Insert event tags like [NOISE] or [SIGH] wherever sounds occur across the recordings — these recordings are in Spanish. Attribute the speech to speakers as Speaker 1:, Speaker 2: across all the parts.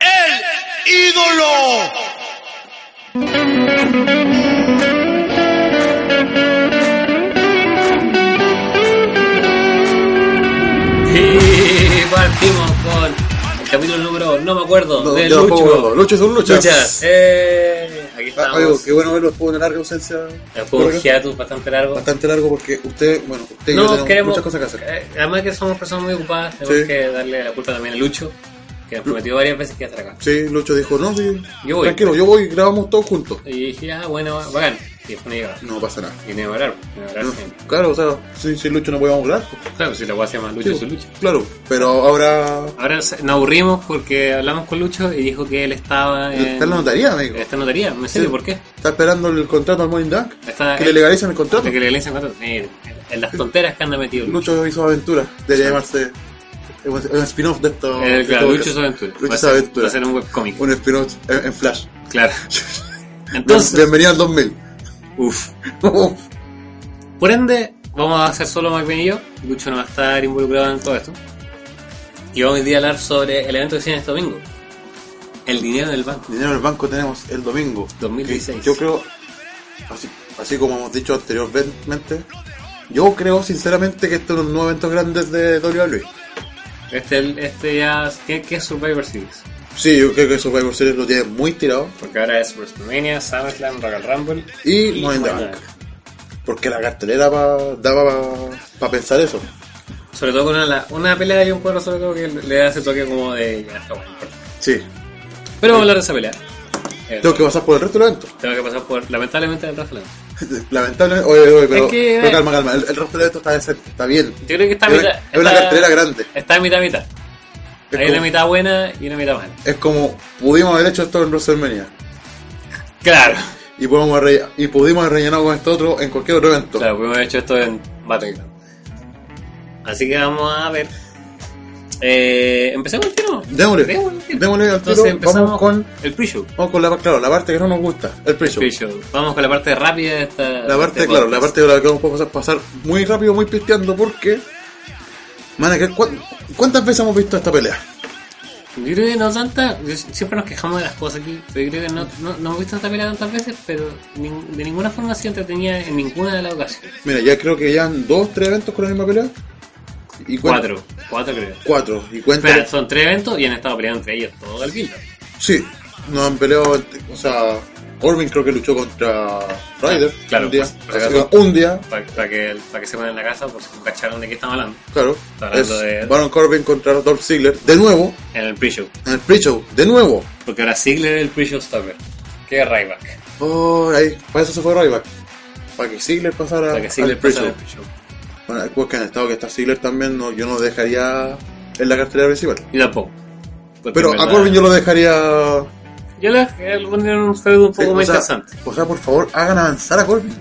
Speaker 1: ¡El ídolo!
Speaker 2: Y partimos con el capítulo número, no me acuerdo,
Speaker 3: No,
Speaker 2: de
Speaker 3: ya,
Speaker 2: Lucho.
Speaker 3: juego gordo. Lucho son luchas.
Speaker 2: Luchas. Eh, aquí
Speaker 3: Ah,
Speaker 2: estamos.
Speaker 3: oigo, Ah, qué bueno verlos después de una larga ausencia.
Speaker 2: Fue un
Speaker 3: Creo que
Speaker 2: hiatus bastante largo.
Speaker 3: Bastante largo porque usted, bueno, usted y yo
Speaker 2: no,
Speaker 3: tenemos
Speaker 2: queremos.
Speaker 3: muchas cosas que hacer.
Speaker 2: eh, además que somos personas muy ocupadas, tenemos
Speaker 3: Sí.
Speaker 2: que darle la culpa también a Lucho, que nos prometió varias veces que iba a estar acá.
Speaker 3: Sí, Lucho dijo, no, sí,
Speaker 2: Yo voy.
Speaker 3: tranquilo, yo voy y grabamos todos juntos.
Speaker 2: Y dije, ah, bueno, bacán. Y después no llegaba.
Speaker 3: No pasa nada.
Speaker 2: Y no iba a hablar, pues, no iba a hablar.
Speaker 3: No,
Speaker 2: siempre.
Speaker 3: claro, o sea, sin, sin Lucho no podíamos hablar.
Speaker 2: Claro, pues, si la voy a hacer más Lucho,
Speaker 3: Sí,
Speaker 2: su Lucho.
Speaker 3: Claro, pero ahora
Speaker 2: Ahora se- nos aburrimos porque hablamos con Lucho y dijo que él estaba en.
Speaker 3: está en la notaría, amigo.
Speaker 2: Está en notaría, ¿en serio?
Speaker 3: Sí.
Speaker 2: ¿Por qué?
Speaker 3: Está esperando el contrato al Morning Dunk.
Speaker 2: Está-
Speaker 3: Que le legalicen el contrato.
Speaker 2: De Ah, eh. que le lancen cuatro. Eh, en las tonteras que anda metido Lucho.
Speaker 3: Lucho hizo aventura. Debería llamarse eh, un un spin-off de esto.
Speaker 2: Eh,
Speaker 3: de
Speaker 2: claro,
Speaker 3: todo
Speaker 2: Lucho
Speaker 3: esto.
Speaker 2: es aventura.
Speaker 3: Lucho
Speaker 2: va, a
Speaker 3: es
Speaker 2: ser-
Speaker 3: aventura.
Speaker 2: va a ser un webcómic.
Speaker 3: Un spin-off en, en Flash. [LAUGHS]
Speaker 2: Claro.
Speaker 3: Bien-
Speaker 2: Entonces,
Speaker 3: Bienvenido al 2000.
Speaker 2: uff. Por ende, vamos a hacer solo Macbeth y yo. Lucho no va a estar involucrado en todo esto. Y vamos hoy día a hablar sobre el evento que se viene este domingo. El dinero del banco.
Speaker 3: [LAUGHS] Dinero en el banco tenemos el domingo.
Speaker 2: 2016.
Speaker 3: Que Yo creo, así, así como hemos dicho anteriormente, yo creo sinceramente que este estos son los nuevos eventos grandes de WWE.
Speaker 2: Este, este ya tiene que es Survivor Series.
Speaker 3: Sí, yo creo que Survivor Series lo tiene muy tirado.
Speaker 2: Porque ahora es WrestleMania, SummerSlam, Royal Rumble.
Speaker 3: Y Money in the Bank. Porque la cartelera pa- daba para pensar eso.
Speaker 2: Sobre todo con una, la- una pelea y un cuadro sobre todo que le da ese toque como de... ya está bueno, importa.
Speaker 3: Sí.
Speaker 2: Pero vamos a hablar de esa pelea. Eh,
Speaker 3: Tengo que pasar por el resto del evento.
Speaker 2: tengo que pasar por, lamentablemente, el Rafael.
Speaker 3: Lamentablemente, oye, oye, pero,
Speaker 2: Es que-
Speaker 3: pero calma, calma. El, el resto del evento está decente, está bien.
Speaker 2: Yo creo que está a
Speaker 3: Es
Speaker 2: mitad.
Speaker 3: una- es una
Speaker 2: está-
Speaker 3: cartelera grande.
Speaker 2: Está a mitad, mitad.
Speaker 3: Es
Speaker 2: Hay
Speaker 3: como-
Speaker 2: una mitad buena y una mitad mala.
Speaker 3: Es como pudimos haber hecho esto en WrestleMania.
Speaker 2: Claro.
Speaker 3: Y pudimos, haber relle- y pudimos haber rellenado con esto otro en cualquier otro evento.
Speaker 2: Claro, hemos hecho esto en Battleground. Así que vamos a ver. Eh, Empecemos el tiro.
Speaker 3: Démosle.
Speaker 2: Démosle, tiro.
Speaker 3: Démosle al tiro.
Speaker 2: Entonces empezamos
Speaker 3: Vamos con,
Speaker 2: el pre-show.
Speaker 3: vamos con la, claro, la parte que no nos gusta, el precio.
Speaker 2: Pre-show. Vamos con la parte rápida de esta.
Speaker 3: La parte,
Speaker 2: de este
Speaker 3: claro, la
Speaker 2: podcast.
Speaker 3: parte de la que vamos a pasar, pasar muy rápido, muy pisteando, porque. Man, ¿qué- cuán- ¿cuántas veces hemos visto esta pelea?
Speaker 2: Yo creo que no tanta. yo si- siempre nos quejamos de las cosas aquí. Pero yo creo que no, no, no hemos visto esta pelea tantas veces. Pero nin- de ninguna forma ha sido entretenida en ninguna de las ocasiones.
Speaker 3: Mira, ya creo que ya han dos, tres eventos con la misma pelea. Y cuen-
Speaker 2: Cuatro. Cuatro creo.
Speaker 3: Cuatro. Y cuenta.
Speaker 2: Espera, son tres eventos y han estado peleando entre ellos todo el build
Speaker 3: Sí, nos han peleado. ante- O sea, Corbin creo que luchó contra Ryder.
Speaker 2: Claro,
Speaker 3: un día.
Speaker 2: pues, por si
Speaker 3: Así que
Speaker 2: acaso.
Speaker 3: un día,
Speaker 2: Para que, pa' que se pongan en la casa, por si no cacharon de qué estamos hablando.
Speaker 3: claro.
Speaker 2: Está
Speaker 3: Es
Speaker 2: hablando de-
Speaker 3: Baron Corbin contra Dolph Ziggler. De nuevo,
Speaker 2: En el pre-show.
Speaker 3: en el pre-show. De nuevo.
Speaker 2: Porque ahora Ziggler es el pre-show stopper. Que es Ryback.
Speaker 3: Por Oh, ahí, para eso se fue Ryback. Para que Ziggler pasara
Speaker 2: Para que Ziggler
Speaker 3: al
Speaker 2: pase en el
Speaker 3: pre-show.
Speaker 2: pre-show.
Speaker 3: Bueno, después que han estado que está Ziggler también, no, yo no lo dejaría en la cartelera principal.
Speaker 2: Y tampoco. Porque
Speaker 3: Pero
Speaker 2: en
Speaker 3: a
Speaker 2: verdad-
Speaker 3: Corbin yo lo dejaría...
Speaker 2: Yo le le pondría un feudo un poco
Speaker 3: Sí,
Speaker 2: más
Speaker 3: o, sea,
Speaker 2: interesante.
Speaker 3: o sea, por favor, hagan avanzar a Corbin.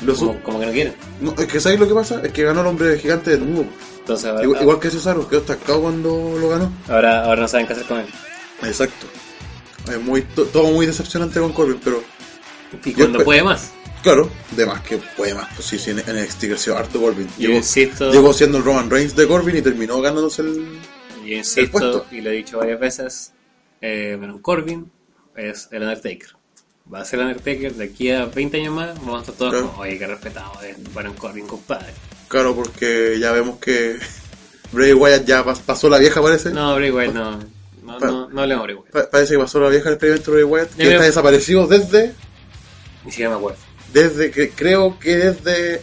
Speaker 3: Lo su-
Speaker 2: Como, como que no quieren.
Speaker 3: no, es que ¿sabes lo que pasa? Es que ganó el hombre gigante de nuevo.
Speaker 2: Entonces ahora,
Speaker 3: Igual, igual que Cesaro, quedó estancado cuando lo ganó.
Speaker 2: ahora, ahora no saben qué hacer con él.
Speaker 3: Exacto. Es muy, to- todo muy decepcionante con Corbin, pero
Speaker 2: Y
Speaker 3: Yo
Speaker 2: cuando
Speaker 3: espe-
Speaker 2: puede más.
Speaker 3: claro, de más que puede más. Pues sí, sí, en NXT creció harto Corbin.
Speaker 2: Yo insisto-
Speaker 3: llegó siendo el Roman Reigns de Corbin y terminó ganándose el,
Speaker 2: Yo
Speaker 3: El
Speaker 2: insisto,
Speaker 3: puesto.
Speaker 2: y lo he dicho varias veces, eh, Baron Corbin es el Undertaker. Va a ser el Undertaker de aquí a 20 años más. Vamos a estar todos
Speaker 3: Claro.
Speaker 2: como, oye, qué respetado es Baron Corbin, compadre.
Speaker 3: Claro, porque ya vemos que [LAUGHS] Bray Wyatt ya pas- pasó la vieja, parece.
Speaker 2: No, Bray Wyatt, no. No, no, no hablemos de Bray Wyatt.
Speaker 3: Pa- parece que pasó la vieja el experimento de Bray Wyatt, que
Speaker 2: Ya veo.
Speaker 3: está desaparecido desde,
Speaker 2: Ni siquiera me acuerdo.
Speaker 3: desde que creo que desde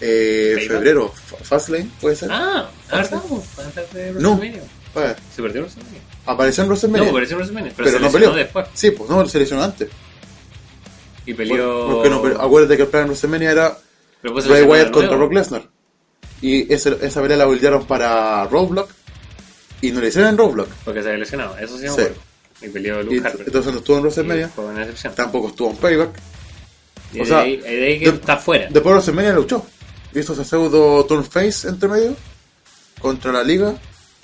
Speaker 3: eh,
Speaker 2: ¿Payback?
Speaker 3: febrero. Fa- Fastlane, puede ser.
Speaker 2: Ah, la ¿verdad? Antes de
Speaker 3: No.
Speaker 2: WrestleMania.
Speaker 3: Pa-
Speaker 2: ¿Se perdió WrestleMania?
Speaker 3: apareció en WrestleMania,
Speaker 2: No, apareció en WrestleMania, pero,
Speaker 3: pero,
Speaker 2: se
Speaker 3: no
Speaker 2: lesionó
Speaker 3: peleó.
Speaker 2: después.
Speaker 3: Sí, pues no, se lesionó antes.
Speaker 2: Y peleó...
Speaker 3: Porque no, peleó. acuérdate que el plan en WrestleMania era
Speaker 2: pero después se
Speaker 3: Bray
Speaker 2: lesionó de
Speaker 3: Wyatt contra
Speaker 2: nuevo.
Speaker 3: Brock Lesnar. Y ese- esa pelea la voltearon para Roadblock. Y no lo hicieron en Roblox.
Speaker 2: porque se había lesionado. Eso sí me
Speaker 3: Sí.
Speaker 2: acuerdo. Y peleó
Speaker 3: Y
Speaker 2: Luke Harper.
Speaker 3: entonces no estuvo en WrestleMania.
Speaker 2: Y Fue una excepción.
Speaker 3: Tampoco estuvo en Payback.
Speaker 2: Y
Speaker 3: o
Speaker 2: de
Speaker 3: sea,
Speaker 2: ahí, de ahí que
Speaker 3: de-
Speaker 2: está fuera.
Speaker 3: Después de WrestleMania luchó. Hizo ese pseudo turn face entre medio. Contra la Liga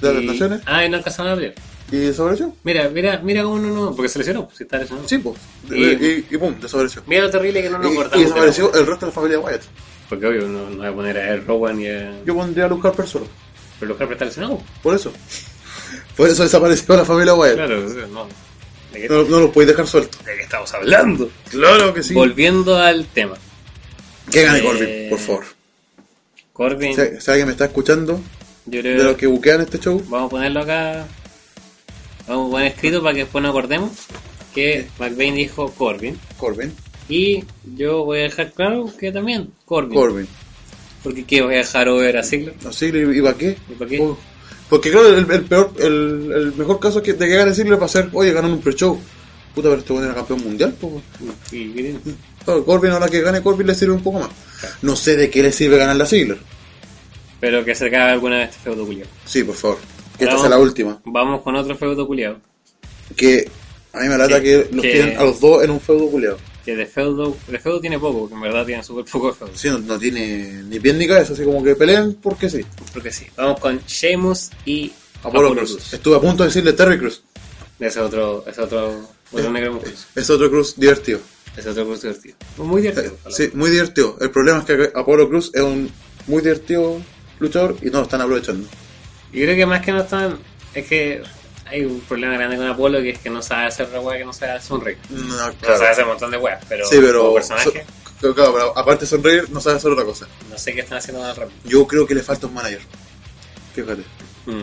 Speaker 3: de las
Speaker 2: Y-
Speaker 3: Naciones.
Speaker 2: Ah, y no alcanzaron a pelear.
Speaker 3: Y desapareció.
Speaker 2: Mira, mira, mira cómo no, no, porque se lesionó, si está lesionado.
Speaker 3: Sí, pues.
Speaker 2: Y-
Speaker 3: Y, y pum, desapareció.
Speaker 2: Mira lo terrible que no nos
Speaker 3: Y-
Speaker 2: cortamos.
Speaker 3: y,
Speaker 2: de la
Speaker 3: desapareció
Speaker 2: wea.
Speaker 3: el resto de la familia Wyatt.
Speaker 2: Porque obvio, no, no voy a poner a Ed Rowan y a.
Speaker 3: Yo pondría a Luke Harper solo.
Speaker 2: Pero Luke Harper está lesionado.
Speaker 3: Por eso. [LAUGHS] Por eso desapareció la familia Wyatt.
Speaker 2: Claro, o sea, no. ¿De qué,
Speaker 3: No, no lo podéis dejar suelto.
Speaker 2: de qué estamos hablando?
Speaker 3: Claro que sí.
Speaker 2: Volviendo al tema.
Speaker 3: que gane
Speaker 2: Eh,
Speaker 3: Corbin, por favor.
Speaker 2: Corbin,
Speaker 3: Si, si alguien me está escuchando,
Speaker 2: yo
Speaker 3: de
Speaker 2: creo
Speaker 3: los que buquean este show,
Speaker 2: Vamos a ponerlo acá. Vamos a poner escrito para que después nos acordemos que McBain dijo Corbin.
Speaker 3: Corbin.
Speaker 2: Y yo voy a dejar claro que también Corbin.
Speaker 3: Corbin.
Speaker 2: Porque ¿qué voy a dejar over a Ziggler?
Speaker 3: Así, ¿y para qué?
Speaker 2: ¿Y para qué?
Speaker 3: Por- Porque claro, el, el peor, el, el mejor caso que de que gane Ziggler va a ser, oye, ganaron un pre-show. Puta, pero este weón era campeón mundial, po. weón.
Speaker 2: Y- y-
Speaker 3: Claro, Corbin, ahora que gane Corbin le sirve un poco más. No sé de qué le sirve ganar la Ziggler.
Speaker 2: Pero que se acabe alguna vez este feudo culiado.
Speaker 3: Sí, por favor. Que
Speaker 2: Ahora
Speaker 3: esta sea la última.
Speaker 2: Vamos con otro feudo culiado.
Speaker 3: Que a mí me lata
Speaker 2: Que-
Speaker 3: que los
Speaker 2: que-
Speaker 3: tienen a los dos en un feudo culeado.
Speaker 2: Que de feudo, de feudo tiene poco, porque en verdad tiene súper poco de feudo.
Speaker 3: Sí, no, no tiene ni pie ni cabeza, así como que peleen porque sí.
Speaker 2: Porque sí. Vamos con Sheamus y
Speaker 3: Apolo,
Speaker 2: Apollo
Speaker 3: Cruz.
Speaker 2: Cruz.
Speaker 3: Estuve a punto de decirle Terry Cruz.
Speaker 2: Ese otro, ese otro, otro negro musculoso.
Speaker 3: Es otro Cruz divertido.
Speaker 2: Ese otro Cruz divertido. Muy divertido.
Speaker 3: Eh, Sí, muy divertido. El problema es que Apolo Cruz es un muy divertido luchador y no lo están aprovechando.
Speaker 2: Yo creo que más que no están. Es que hay un problema grande con Apolo que es que no sabe hacer la wea que no sabe hacer un ring.
Speaker 3: No,
Speaker 2: No sabe hacer un montón de weas, pero,
Speaker 3: Sí, pero.
Speaker 2: como personaje,
Speaker 3: so- claro, pero aparte de sonreír, no sabe hacer otra cosa.
Speaker 2: no sé qué están haciendo más rápido.
Speaker 3: Yo creo que le falta un manager. Fíjate.
Speaker 2: Mm.
Speaker 3: Yo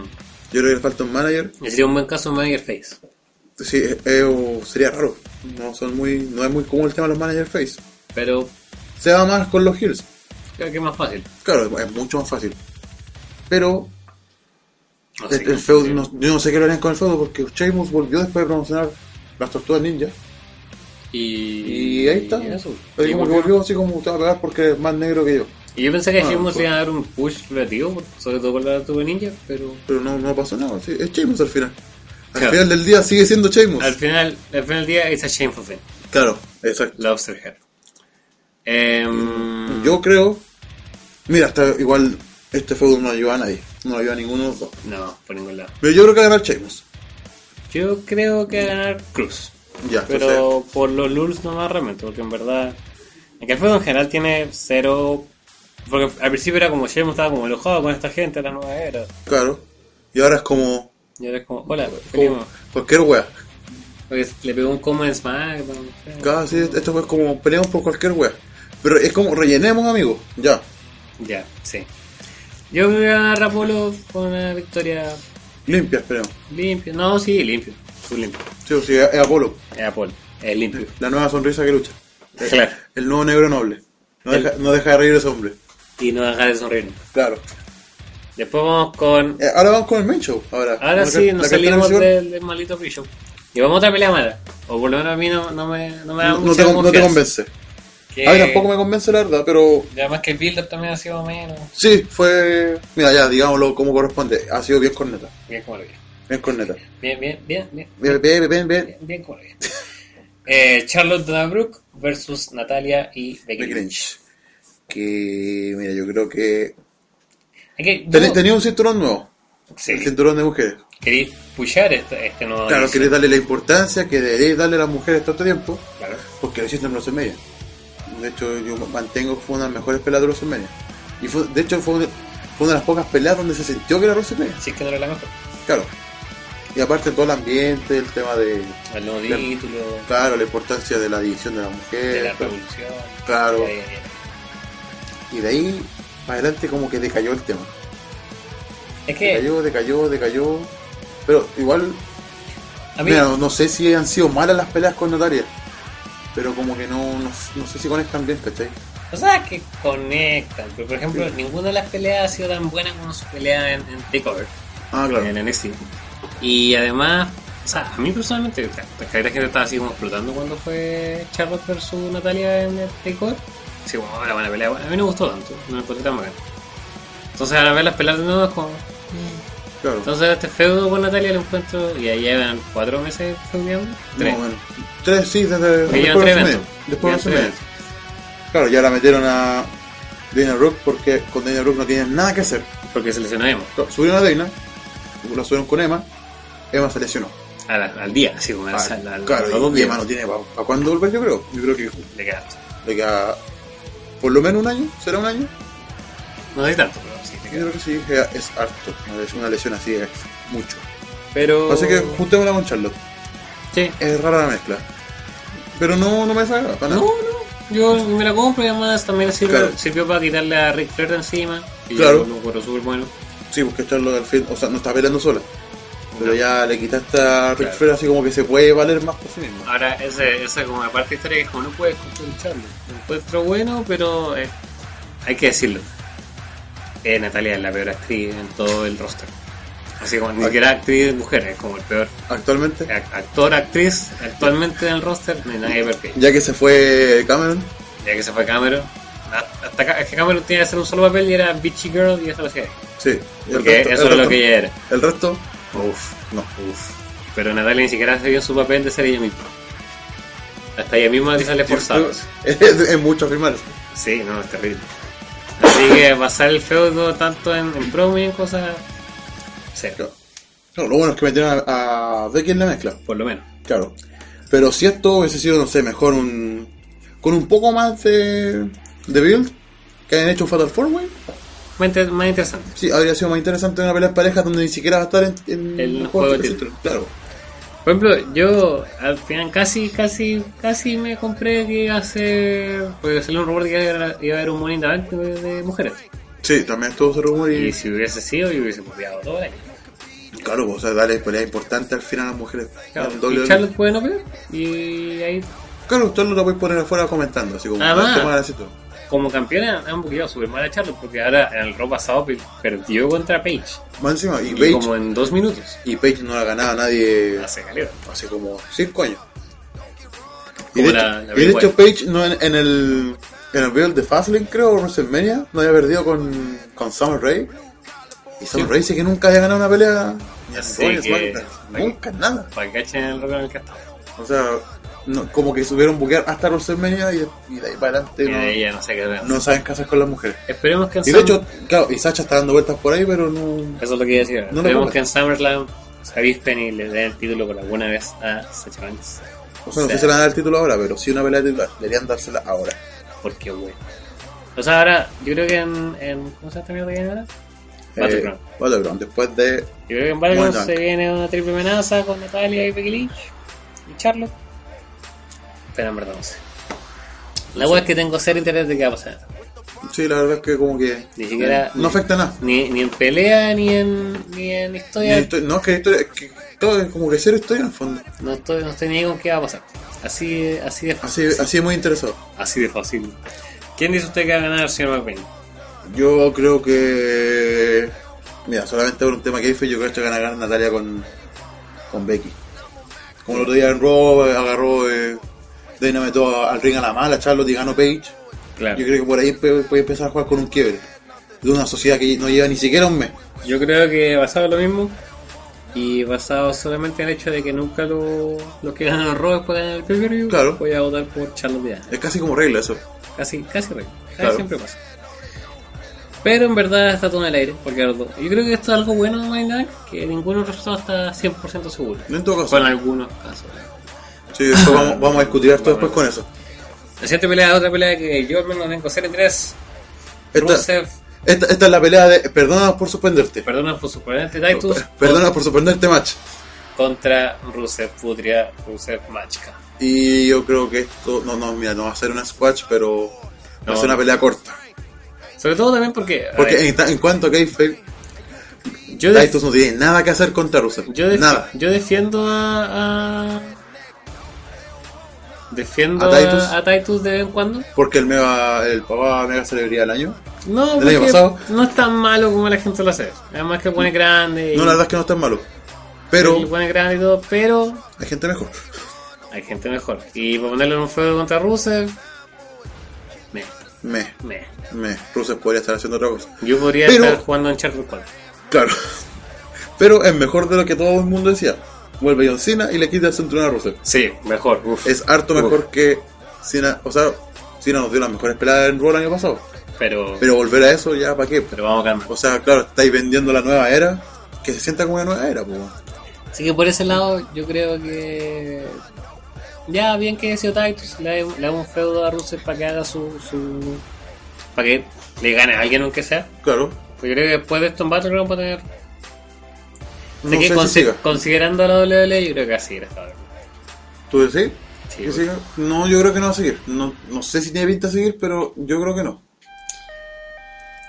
Speaker 3: creo que le falta un manager.
Speaker 2: Y Sería un buen caso un manager face.
Speaker 3: Sí, eh, eh, o- sería raro. No son muy no es muy común el tema de los manager face.
Speaker 2: Pero
Speaker 3: Se va más con los heels.
Speaker 2: creo que es más fácil.
Speaker 3: Claro, es mucho más fácil. Pero
Speaker 2: No
Speaker 3: el,
Speaker 2: sé qué-
Speaker 3: el feudo, no- yo no sé qué lo harían con el feudo porque Sheamus volvió después de promocionar las tortugas ninja.
Speaker 2: Y,
Speaker 3: Y ahí está.
Speaker 2: y eso.
Speaker 3: Así
Speaker 2: Y
Speaker 3: como que
Speaker 2: volvió.
Speaker 3: volvió así como usted va a pegar porque es más negro que yo.
Speaker 2: Y yo pensé que
Speaker 3: Ah,
Speaker 2: Sheamus
Speaker 3: pues.
Speaker 2: iba a dar un push relativo, por- sobre todo con la tuve ninja, pero
Speaker 3: Pero no, no pasó nada. sí, es Sheamus al final. Al
Speaker 2: Claro.
Speaker 3: final del día sigue siendo Sheamus.
Speaker 2: al final, al final del día es a shameful thing.
Speaker 3: Claro, exacto.
Speaker 2: Lobster Head. Em,
Speaker 3: Yo creo. Mira, hasta igual este feudo no ayuda a nadie. No ayuda a ninguno de los dos.
Speaker 2: No, por ningún lado.
Speaker 3: Pero yo creo que va a ganar Sheamus.
Speaker 2: Yo creo que va a ganar Cruz.
Speaker 3: Ya, entonces,
Speaker 2: Pero por los lulz nomás realmente, porque en verdad. El que fue en general tiene cero. Porque al principio era como Shemo estaba como enojado con esta gente, la nueva era.
Speaker 3: claro. Y ahora es como.
Speaker 2: Y ahora es como, hola,
Speaker 3: como
Speaker 2: primo.
Speaker 3: cualquier wea.
Speaker 2: Porque le pegó un como en SmackDown. creo.
Speaker 3: Casi esto fue como peleamos por cualquier wea. Pero es como rellenemos, amigos. Ya.
Speaker 2: Ya, sí. Yo creo que va a ganar Rapolo con una victoria
Speaker 3: Limpia, esperemos.
Speaker 2: limpia. No, sí, limpio. Tú limpio.
Speaker 3: Sí, o sí, es Apolo.
Speaker 2: Es Apolo. Es limpio.
Speaker 3: La nueva sonrisa que lucha.
Speaker 2: Claro.
Speaker 3: El nuevo negro noble. No
Speaker 2: El-
Speaker 3: deja, no deja de reír ese hombre.
Speaker 2: Y no dejar de sonreír.
Speaker 3: Claro.
Speaker 2: Después vamos con
Speaker 3: Eh, ahora vamos con el main show. Ahora,
Speaker 2: Ahora
Speaker 3: La
Speaker 2: sí,
Speaker 3: car-
Speaker 2: nos
Speaker 3: la cartera
Speaker 2: salimos
Speaker 3: principal.
Speaker 2: del, del maldito brillo. Y vamos a otra pelea mala. O por lo menos a mí no, no me, no me da
Speaker 3: No, no
Speaker 2: mucha
Speaker 3: te, no te
Speaker 2: confianza.
Speaker 3: convence.
Speaker 2: Que-
Speaker 3: A mí tampoco me convence, la verdad, pero.
Speaker 2: y además que el build-up también ha sido menos.
Speaker 3: Sí, fue. Mira, ya, digámoslo como corresponde. Ha sido bien corneta.
Speaker 2: Bien como lo bien.
Speaker 3: Bien corneta.
Speaker 2: Bien, bien, bien, bien.
Speaker 3: Bien, bien, bien, bien.
Speaker 2: Bien, bien como lo
Speaker 3: [LAUGHS]
Speaker 2: bien. eh, Charlotte Donnabrook versus Natalia y Becky
Speaker 3: Becky
Speaker 2: Lynch.
Speaker 3: Lynch. Que. Mira, yo creo que.
Speaker 2: Es que yo-
Speaker 3: Ten- Tenía un cinturón nuevo.
Speaker 2: sí,
Speaker 3: El cinturón de mujeres.
Speaker 2: queréis pushar este, este nuevo
Speaker 3: Claro,
Speaker 2: anuncio.
Speaker 3: queréis darle la importancia que deberíais darle a las mujeres tanto tiempo,
Speaker 2: Claro.
Speaker 3: porque lo hiciste en WrestleMania. De hecho, yo mantengo que fue una de las mejores peleas de WrestleMania. Y fue, de hecho, fue, fue una de las pocas peleas donde se sintió que era WrestleMania.
Speaker 2: Si es que no era la mejor.
Speaker 3: Claro. Y aparte todo el ambiente, el tema de,
Speaker 2: El nuevo
Speaker 3: Claro. Eh,
Speaker 2: título,
Speaker 3: claro, la importancia de la división de la
Speaker 2: de
Speaker 3: mujer.
Speaker 2: la revolución. Eh,
Speaker 3: claro.
Speaker 2: Ya, ya, ya.
Speaker 3: Y de ahí para adelante como que decayó el tema.
Speaker 2: Es que
Speaker 3: Decayó, decayó, decayó. Pero igual
Speaker 2: a mí
Speaker 3: Mira, no, no sé si han sido malas las peleas con Natalia, pero como que no, no, no sé si conectan bien, ¿cachai?
Speaker 2: O sea, que conectan, pero por ejemplo, ninguna de las peleas ha sido tan buena como su pelea en, en Takeover,
Speaker 3: Ah,
Speaker 2: en NXT. Y además, o sea, a mí personalmente, o sea, pues, la gente estaba así como explotando cuando fue Charlotte versus Natalia en el Takeover. Sí, bueno, ahora van a pelear. Bueno, a mí no me gustó tanto, no me encontré tan bacán. Entonces, al ver las peleas de nuevo es como. mm,
Speaker 3: Claro.
Speaker 2: Entonces este feudo con Natalia lo encuentro y ahí llevan cuatro meses feudeando. Tres.
Speaker 3: Más o menos. Tres, sí, desde
Speaker 2: Porque llevan
Speaker 3: después de
Speaker 2: tres
Speaker 3: WrestleMania.
Speaker 2: eventos.
Speaker 3: Después de
Speaker 2: Llevan tres
Speaker 3: WrestleMania. Claro, ya la metieron a Dana Brooke porque con Dana Brooke no tienen nada que hacer.
Speaker 2: Porque se lesionó a Emma,
Speaker 3: Claro, Subieron a Dana, la subieron con Emma, Emma se lesionó.
Speaker 2: a la- al día, así como al-
Speaker 3: Ah,
Speaker 2: al- al- a los
Speaker 3: claro,
Speaker 2: dos
Speaker 3: y
Speaker 2: días.
Speaker 3: Emma no tiene para cuándo volver, yo creo. Yo creo que
Speaker 2: Le quedaron.
Speaker 3: le queda por lo menos un año, será un año.
Speaker 2: No sé si tanto, pero sí le
Speaker 3: Yo
Speaker 2: quedaron.
Speaker 3: creo que sí, que es harto. Una les- Una lesión así es mucho.
Speaker 2: Pero.
Speaker 3: Así que juntémosla con Charlotte.
Speaker 2: Sí.
Speaker 3: Es rara la mezcla. Pero no, no me desagrada. para
Speaker 2: No,
Speaker 3: nada.
Speaker 2: no. Yo me la compro y además también sirvió,
Speaker 3: Claro.
Speaker 2: sirvió para quitarle a Rick Flair de encima. Y
Speaker 3: Claro.
Speaker 2: yo lo encuentro súper bueno.
Speaker 3: Sí, porque Charlotte al fin, o sea, no está peleando sola. Pero
Speaker 2: No.
Speaker 3: ya le quitaste a Ric
Speaker 2: Claro. Ah.
Speaker 3: Flair así como que se puede valer más por sí mismo.
Speaker 2: Ahora, ese, esa es como la parte de historia que es como no puedes lucharlo. Lo encuentro bueno, pero eh, hay que decirlo. Eh, Natalia es la peor actriz en todo el roster. Así como ni
Speaker 3: Ac-
Speaker 2: siquiera actriz mujer, es como el peor
Speaker 3: Actualmente,
Speaker 2: ac- actor, actriz actualmente en el roster, no hay nadie perfecto.
Speaker 3: ya que se fue Cameron,
Speaker 2: Ya que se fue Cameron, a- hasta acá- es que Cameron tenía que hacer un solo papel y era Bitchy Girl y eso lo hacía. ella.
Speaker 3: sí. El
Speaker 2: Porque
Speaker 3: resto-
Speaker 2: eso
Speaker 3: el
Speaker 2: es lo
Speaker 3: resto-
Speaker 2: que ella era.
Speaker 3: El resto,
Speaker 2: Uf,
Speaker 3: no.
Speaker 2: uf. Pero Natalia ni siquiera hace bien su papel de ser ella misma. Hasta ella misma le sale forzada.
Speaker 3: [LAUGHS] Es, es mucho afirmar.
Speaker 2: Sí, no, es terrible. Así que pasar el feudo tanto en, en promo y en cosas. Cero,
Speaker 3: Claro. Claro, lo bueno es que metieron a, a Becky en la mezcla.
Speaker 2: por lo menos.
Speaker 3: Claro. Pero si esto hubiese sido, no sé, mejor un. con un poco más de. de build, que hayan hecho un Fatal Four Way,
Speaker 2: Más, inter- más interesante.
Speaker 3: sí, habría sido más interesante una pelea en pareja donde ni siquiera va a estar en, en
Speaker 2: El juego
Speaker 3: de
Speaker 2: de
Speaker 3: título. Claro.
Speaker 2: Por ejemplo, yo al final casi, casi, casi me compré que iba a ser. Porque salió un rumor de que iba a haber- iba a haber un Money in the Bank de, de mujeres.
Speaker 3: Sí, también estuvo ese rumor y.
Speaker 2: Y si hubiese sido, yo hubiese podido todo el año.
Speaker 3: Claro, o sea, darle pelea importante al final a las mujeres.
Speaker 2: Claro,
Speaker 3: Al
Speaker 2: y
Speaker 3: doble-
Speaker 2: Charlotte puede no pelear. Y ahí,
Speaker 3: Claro, usted lo puede poner afuera comentando, así como.
Speaker 2: Ah,
Speaker 3: "Este
Speaker 2: va.
Speaker 3: man hace esto".
Speaker 2: como campeona, han buqueado súper mal a Charlotte. Porque ahora en el rock pasado pe- perdió contra Paige.
Speaker 3: Más encima, y
Speaker 2: Y
Speaker 3: Page.
Speaker 2: como en dos minutos.
Speaker 3: Y Page no la ganaba nadie
Speaker 2: Hace calidad.
Speaker 3: hace como 5 años. Y
Speaker 2: Como
Speaker 3: de,
Speaker 2: la-
Speaker 3: hecho,
Speaker 2: la
Speaker 3: y de
Speaker 2: Bray
Speaker 3: hecho Page no en, en el en el build de Fastlane creo o WrestleMania no había perdido con, con Summer Rae y Summer
Speaker 2: Sí.
Speaker 3: Rae dice que nunca había ganado una pelea ni en
Speaker 2: Así
Speaker 3: Raw, ni en
Speaker 2: que-
Speaker 3: SmackDown. nunca nada
Speaker 2: Para que cachen el rock en el que estaba.
Speaker 3: o sea no, como que subieron buquear hasta WrestleMania y, y de ahí para
Speaker 2: Y
Speaker 3: adelante
Speaker 2: de
Speaker 3: no,
Speaker 2: ahí ya no sé qué verán.
Speaker 3: no saben qué hacer con las mujeres
Speaker 2: Esperemos que en
Speaker 3: y de
Speaker 2: Summer-
Speaker 3: hecho claro y Sacha está dando vueltas por ahí pero no
Speaker 2: Eso es lo que iba a decir.
Speaker 3: No lo
Speaker 2: Esperemos
Speaker 3: pongas.
Speaker 2: que en SummerSlam se avispen y le den el título por alguna vez a Sacha Banks.
Speaker 3: o sea no sé
Speaker 2: Sí.
Speaker 3: si le van a dar el título ahora pero sí una pelea titular deberían dársela ahora
Speaker 2: Porque bueno. O sea, ahora, yo creo que en. en- ¿Cómo se llama esta mierda que viene ahora? Battleground.
Speaker 3: Eh, Battleground después de
Speaker 2: Yo creo que en Battleground
Speaker 3: Money
Speaker 2: se viene una triple amenaza con Natalia y Becky Lynch y Charlotte. Pero en verdad no sé. La wea es que tengo cero interés de qué va a pasar.
Speaker 3: Sí, la verdad es que como que
Speaker 2: Ni siquiera-
Speaker 3: eh, no afecta nada.
Speaker 2: Ni, ni en pelea, ni en, ni en
Speaker 3: Ni
Speaker 2: historia.
Speaker 3: histo- no, es que, la historia, es que todo es como que cero historia en el fondo.
Speaker 2: No estoy, no estoy ni con qué va a pasar. Así, así de fácil.
Speaker 3: Así, así es muy interesado.
Speaker 2: Así de fácil. ¿Quién dice usted que va a ganar, señor McQueen?
Speaker 3: Yo creo que... Mira, solamente por un tema que hice, yo creo que van a ganar Natalia con, con Becky. Como el otro día en Raw, eh, agarró... Eh, Dana metió a- al ring a la mala, Charlotte y ganó Page.
Speaker 2: Claro.
Speaker 3: Yo creo que por ahí puede, puede empezar a jugar con un quiebre. De una sociedad que no lleva ni siquiera un mes.
Speaker 2: Yo creo que basado en lo mismo y basado solamente en el hecho de que nunca lo- los que ganan los robos pueden ganar el pay-per-view,
Speaker 3: Claro.
Speaker 2: voy a votar por Charlotte Diana.
Speaker 3: Es casi como regla eso.
Speaker 2: Casi, casi rey. Casi
Speaker 3: Claro.
Speaker 2: siempre pasa. Pero en verdad está todo en el aire, porque los dos- yo creo que esto es algo bueno de Mind que ninguno de los resultados está 100% seguro.
Speaker 3: No en todo
Speaker 2: Con
Speaker 3: caso.
Speaker 2: algunos casos.
Speaker 3: Sí, después vamos, vamos a discutir esto después con eso.
Speaker 2: La siguiente pelea es otra pelea que yo al menos tengo cero interés.
Speaker 3: Esta-
Speaker 2: Rusev,
Speaker 3: Esta, esta es la pelea de Perdona por suspenderte.
Speaker 2: perdona por su oponente Titus.
Speaker 3: Perdona por suspenderte, match.
Speaker 2: Contra Rusev Putria, Rusev Machka.
Speaker 3: Y yo creo que esto. No, no, mira, no va a ser una squash, pero va a
Speaker 2: No.
Speaker 3: ser una pelea corta.
Speaker 2: Sobre todo también porque. a ver,
Speaker 3: Porque en, ta- en cuanto a Kayfabe,
Speaker 2: yo, def-
Speaker 3: Titus no tiene nada que hacer contra Rusev.
Speaker 2: yo, def-
Speaker 3: nada.
Speaker 2: yo defiendo a. a- defiendo
Speaker 3: ¿A
Speaker 2: a
Speaker 3: Titus?
Speaker 2: Titus? A, Titus de vez en cuando.
Speaker 3: Porque el mega, el papá mega celebridad del año.
Speaker 2: No,
Speaker 3: ¿Del año
Speaker 2: porque
Speaker 3: pasado?
Speaker 2: no es tan malo como la gente lo hace. Además que pone grande. y-
Speaker 3: No, la verdad es que no es tan malo.
Speaker 2: y
Speaker 3: Pero
Speaker 2: pone grande y todo, pero
Speaker 3: hay gente mejor.
Speaker 2: hay gente mejor. Y para ponerle un fuego contra Rusev. Me,
Speaker 3: Me,
Speaker 2: me.
Speaker 3: me. Rusev podría estar haciendo otra cosa.
Speaker 2: Yo podría
Speaker 3: Pero-
Speaker 2: estar jugando en Charter 4.
Speaker 3: Claro. [LAUGHS] Pero es mejor de lo que todo el mundo decía. Vuelve John Cena y le quita el cinturón a Rusev.
Speaker 2: Sí, mejor. Uf.
Speaker 3: Es harto
Speaker 2: Uf.
Speaker 3: mejor que Cena. O sea, Cena nos dio las mejores peladas en Raw el año pasado.
Speaker 2: Pero, pero,
Speaker 3: Pero volver a eso ya, ¿para qué?
Speaker 2: vamos a calmar.
Speaker 3: O sea, claro, estáis vendiendo la nueva era. Que se sienta como una nueva era, pues.
Speaker 2: Así que por ese lado, yo creo que. Ya, bien que Sio Titus le, le haga un feudo a Rusev para que haga su. su... para que le gane a alguien, aunque sea.
Speaker 3: Claro.
Speaker 2: Pues yo creo que después de esto en Battleground va a tener. Así
Speaker 3: No
Speaker 2: que
Speaker 3: sé si
Speaker 2: consi-
Speaker 3: siga.
Speaker 2: considerando a la WWE, yo creo que así era esta vez.
Speaker 3: ¿Tú decís?
Speaker 2: Sí,
Speaker 3: ¿Que
Speaker 2: pues.
Speaker 3: siga? No, yo creo que no va a seguir. No, no sé si tiene pinta de seguir, pero yo creo que no.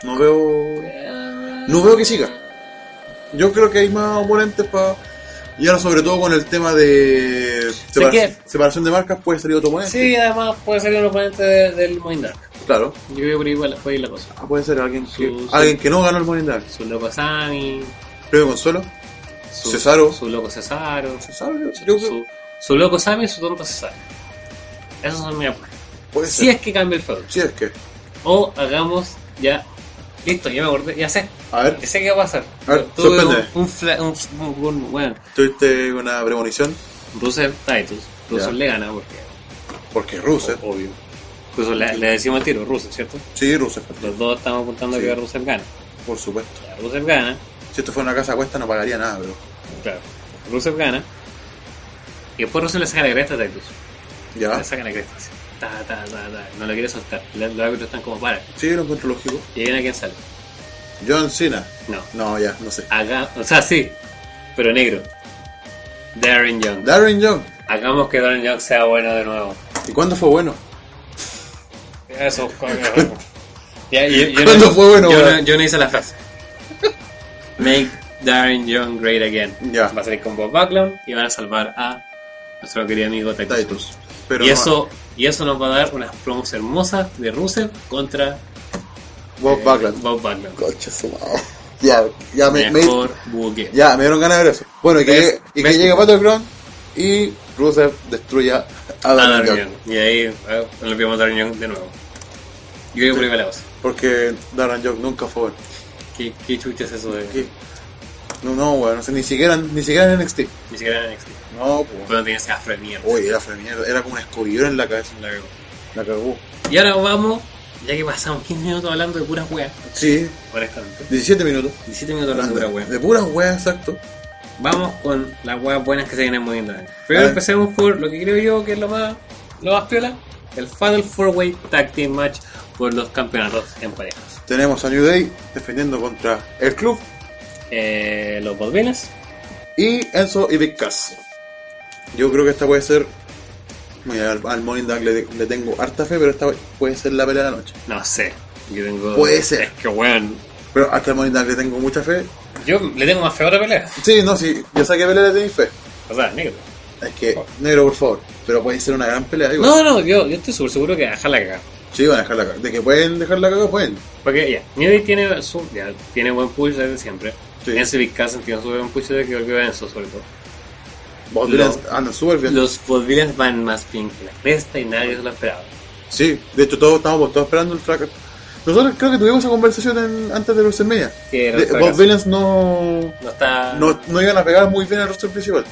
Speaker 3: No veo. No veo que siga. Yo creo que hay más oponentes para. Y ahora, sobre todo con el tema de separa-
Speaker 2: que-
Speaker 3: separación de marcas, puede salir otro oponente.
Speaker 2: Sí, además puede ser un oponente de- del Moin Dark.
Speaker 3: Claro.
Speaker 2: Yo creo que por ahí va la- puede ir la cosa.
Speaker 3: Ah, puede ser alguien que,
Speaker 2: Su- su-
Speaker 3: alguien que no ganó el Money in the Bank.
Speaker 2: Su loco Sami,
Speaker 3: Premio Consuelo.
Speaker 2: su,
Speaker 3: Cesaro.
Speaker 2: su loco Cesaro,
Speaker 3: Cesaro, yo- yo creo-
Speaker 2: su, su loco Sami y su tonto Cesaro. Esos son mis apuestas.
Speaker 3: Puede
Speaker 2: Si
Speaker 3: ser.
Speaker 2: es que cambia el feudo.
Speaker 3: Si es que.
Speaker 2: O hagamos ya. Listo, ya me acordé, ya sé.
Speaker 3: A ver,
Speaker 2: Ya sé qué va a pasar.
Speaker 3: A ver,
Speaker 2: Tuve
Speaker 3: sorprende.
Speaker 2: un, un, fla- un, un- un- Bueno,
Speaker 3: tuviste una premonición.
Speaker 2: Rusev Titus. Rusev
Speaker 3: Ya.
Speaker 2: le gana porque.
Speaker 3: Porque Rusev.
Speaker 2: Obvio. Incluso le, le decimos al tiro, Rusev, ¿cierto?
Speaker 3: Sí, Rusev.
Speaker 2: Los dos estamos apuntando
Speaker 3: Sí.
Speaker 2: que Rusev gana.
Speaker 3: Por supuesto.
Speaker 2: Ya, Rusev gana,
Speaker 3: Si esto fuera una casa a cuesta, no pagaría nada, pero.
Speaker 2: claro. Rusev gana. Y después Rusev le saca la cresta a Titus.
Speaker 3: Ya.
Speaker 2: Le saca la cresta. así. Ta, ta, ta, ta. No la quiere soltar. Le- Los árbitros están como para.
Speaker 3: Sí, lo encuentro lógico.
Speaker 2: Y ahí viene quien sale.
Speaker 3: John Cena.
Speaker 2: No.
Speaker 3: No, ya, no sé.
Speaker 2: Haga, o sea, sí. Pero negro. Darren Young.
Speaker 3: Darren Young.
Speaker 2: Hagamos que Darren Young sea bueno de nuevo.
Speaker 3: ¿Y cuándo fue bueno?
Speaker 2: Eso, [LAUGHS] coño. Ya, yo, yo
Speaker 3: ¿Cuándo
Speaker 2: no,
Speaker 3: fue bueno,
Speaker 2: yo,
Speaker 3: weón?
Speaker 2: no, yo no hice la frase. [LAUGHS] Make Darren Young great again.
Speaker 3: Ya.
Speaker 2: Va a salir con Bob Backlund y van a salvar a nuestro querido amigo Titus.
Speaker 3: Titus. Pero
Speaker 2: y,
Speaker 3: no,
Speaker 2: eso, y eso nos va a dar unas promos hermosas de Rusev contra
Speaker 3: Bob
Speaker 2: eh,
Speaker 3: Backlund.
Speaker 2: Bob Backlund.
Speaker 3: Coche su madre. Ya, ya me, me-
Speaker 2: Mejor buque.
Speaker 3: ya me dieron ganas de ver eso. Bueno, y que,
Speaker 2: ¿Ves?
Speaker 3: llegue- y que
Speaker 2: ¿Ves?
Speaker 3: llegue Battleground y Rusev destruya a
Speaker 2: a Darren
Speaker 3: Darren Young.
Speaker 2: Young. Ah, Y ahí eh, nos vemos a Darren Young de nuevo. Yo creo que por ahí va la cosa.
Speaker 3: Porque Darren Young nunca fue bueno.
Speaker 2: ¿Qué, qué chucha es eso de.?
Speaker 3: ¿Qué? No, no, weón. no sé, ni siquiera, ni siquiera en NXT.
Speaker 2: Ni siquiera en NXT.
Speaker 3: No, pues.
Speaker 2: Cuando tenía ese afro de mierda.
Speaker 3: Oye, era fremierda, era como una escobillera en la cabeza.
Speaker 2: La cagó.
Speaker 3: La cagó.
Speaker 2: Y ahora vamos, ya que pasamos 15 minutos hablando de puras weas,
Speaker 3: Sí,
Speaker 2: honestamente.
Speaker 3: 17 minutos.
Speaker 2: 17 minutos hablando de puras weas.
Speaker 3: De puras weas, exacto.
Speaker 2: Vamos con las weas buenas que se vienen moviendo. Primero
Speaker 3: A ver.
Speaker 2: empecemos por lo que creo yo que es lo más, lo más piola: el Final Four Way Tag Team Match por los campeonatos en parejas.
Speaker 3: Tenemos a New Day defendiendo contra el club
Speaker 2: Eh, los Bodvines,
Speaker 3: y Enzo y Big Cass. Yo creo que esta puede ser. Mira, al, al Morning Dark le, le tengo harta fe, pero esta puede ser la pelea de la noche.
Speaker 2: no sé. Yo tengo.
Speaker 3: Puede ser.
Speaker 2: Es que weón.
Speaker 3: Pero hasta el Morning Dark le tengo mucha fe.
Speaker 2: Yo le tengo más fe a otra pelea.
Speaker 3: Sí, no, sí, yo sé que pelea le tenéis fe.
Speaker 2: O sea, negro.
Speaker 3: Es que,
Speaker 2: Ah.
Speaker 3: negro, por favor. Pero puede ser una gran pelea. Igual.
Speaker 2: No, no, yo, yo estoy súper seguro que va a dejar la cagada.
Speaker 3: Sí, van a dejarla cagar. De que pueden dejarla cagar, pueden.
Speaker 2: Porque ya, New Day tiene, su, ya, tiene buen push desde siempre.
Speaker 3: Sí.
Speaker 2: Nancy Big Cassen tiene su buen push desde que volvió a Enzo, sobre todo.
Speaker 3: Vos
Speaker 2: Lo-
Speaker 3: dirás, andan súper bien.
Speaker 2: Los Podvillas van más bien que la cresta y nadie se lo esperaba.
Speaker 3: Sí, de hecho todos estábamos todos esperando el fracaso. Nosotros creo que tuvimos esa conversación en- antes de los media.
Speaker 2: Que era un
Speaker 3: De- Bob
Speaker 2: fracaso.
Speaker 3: Villains no,
Speaker 2: No está.
Speaker 3: no, no iban a pegar muy bien al roster principal.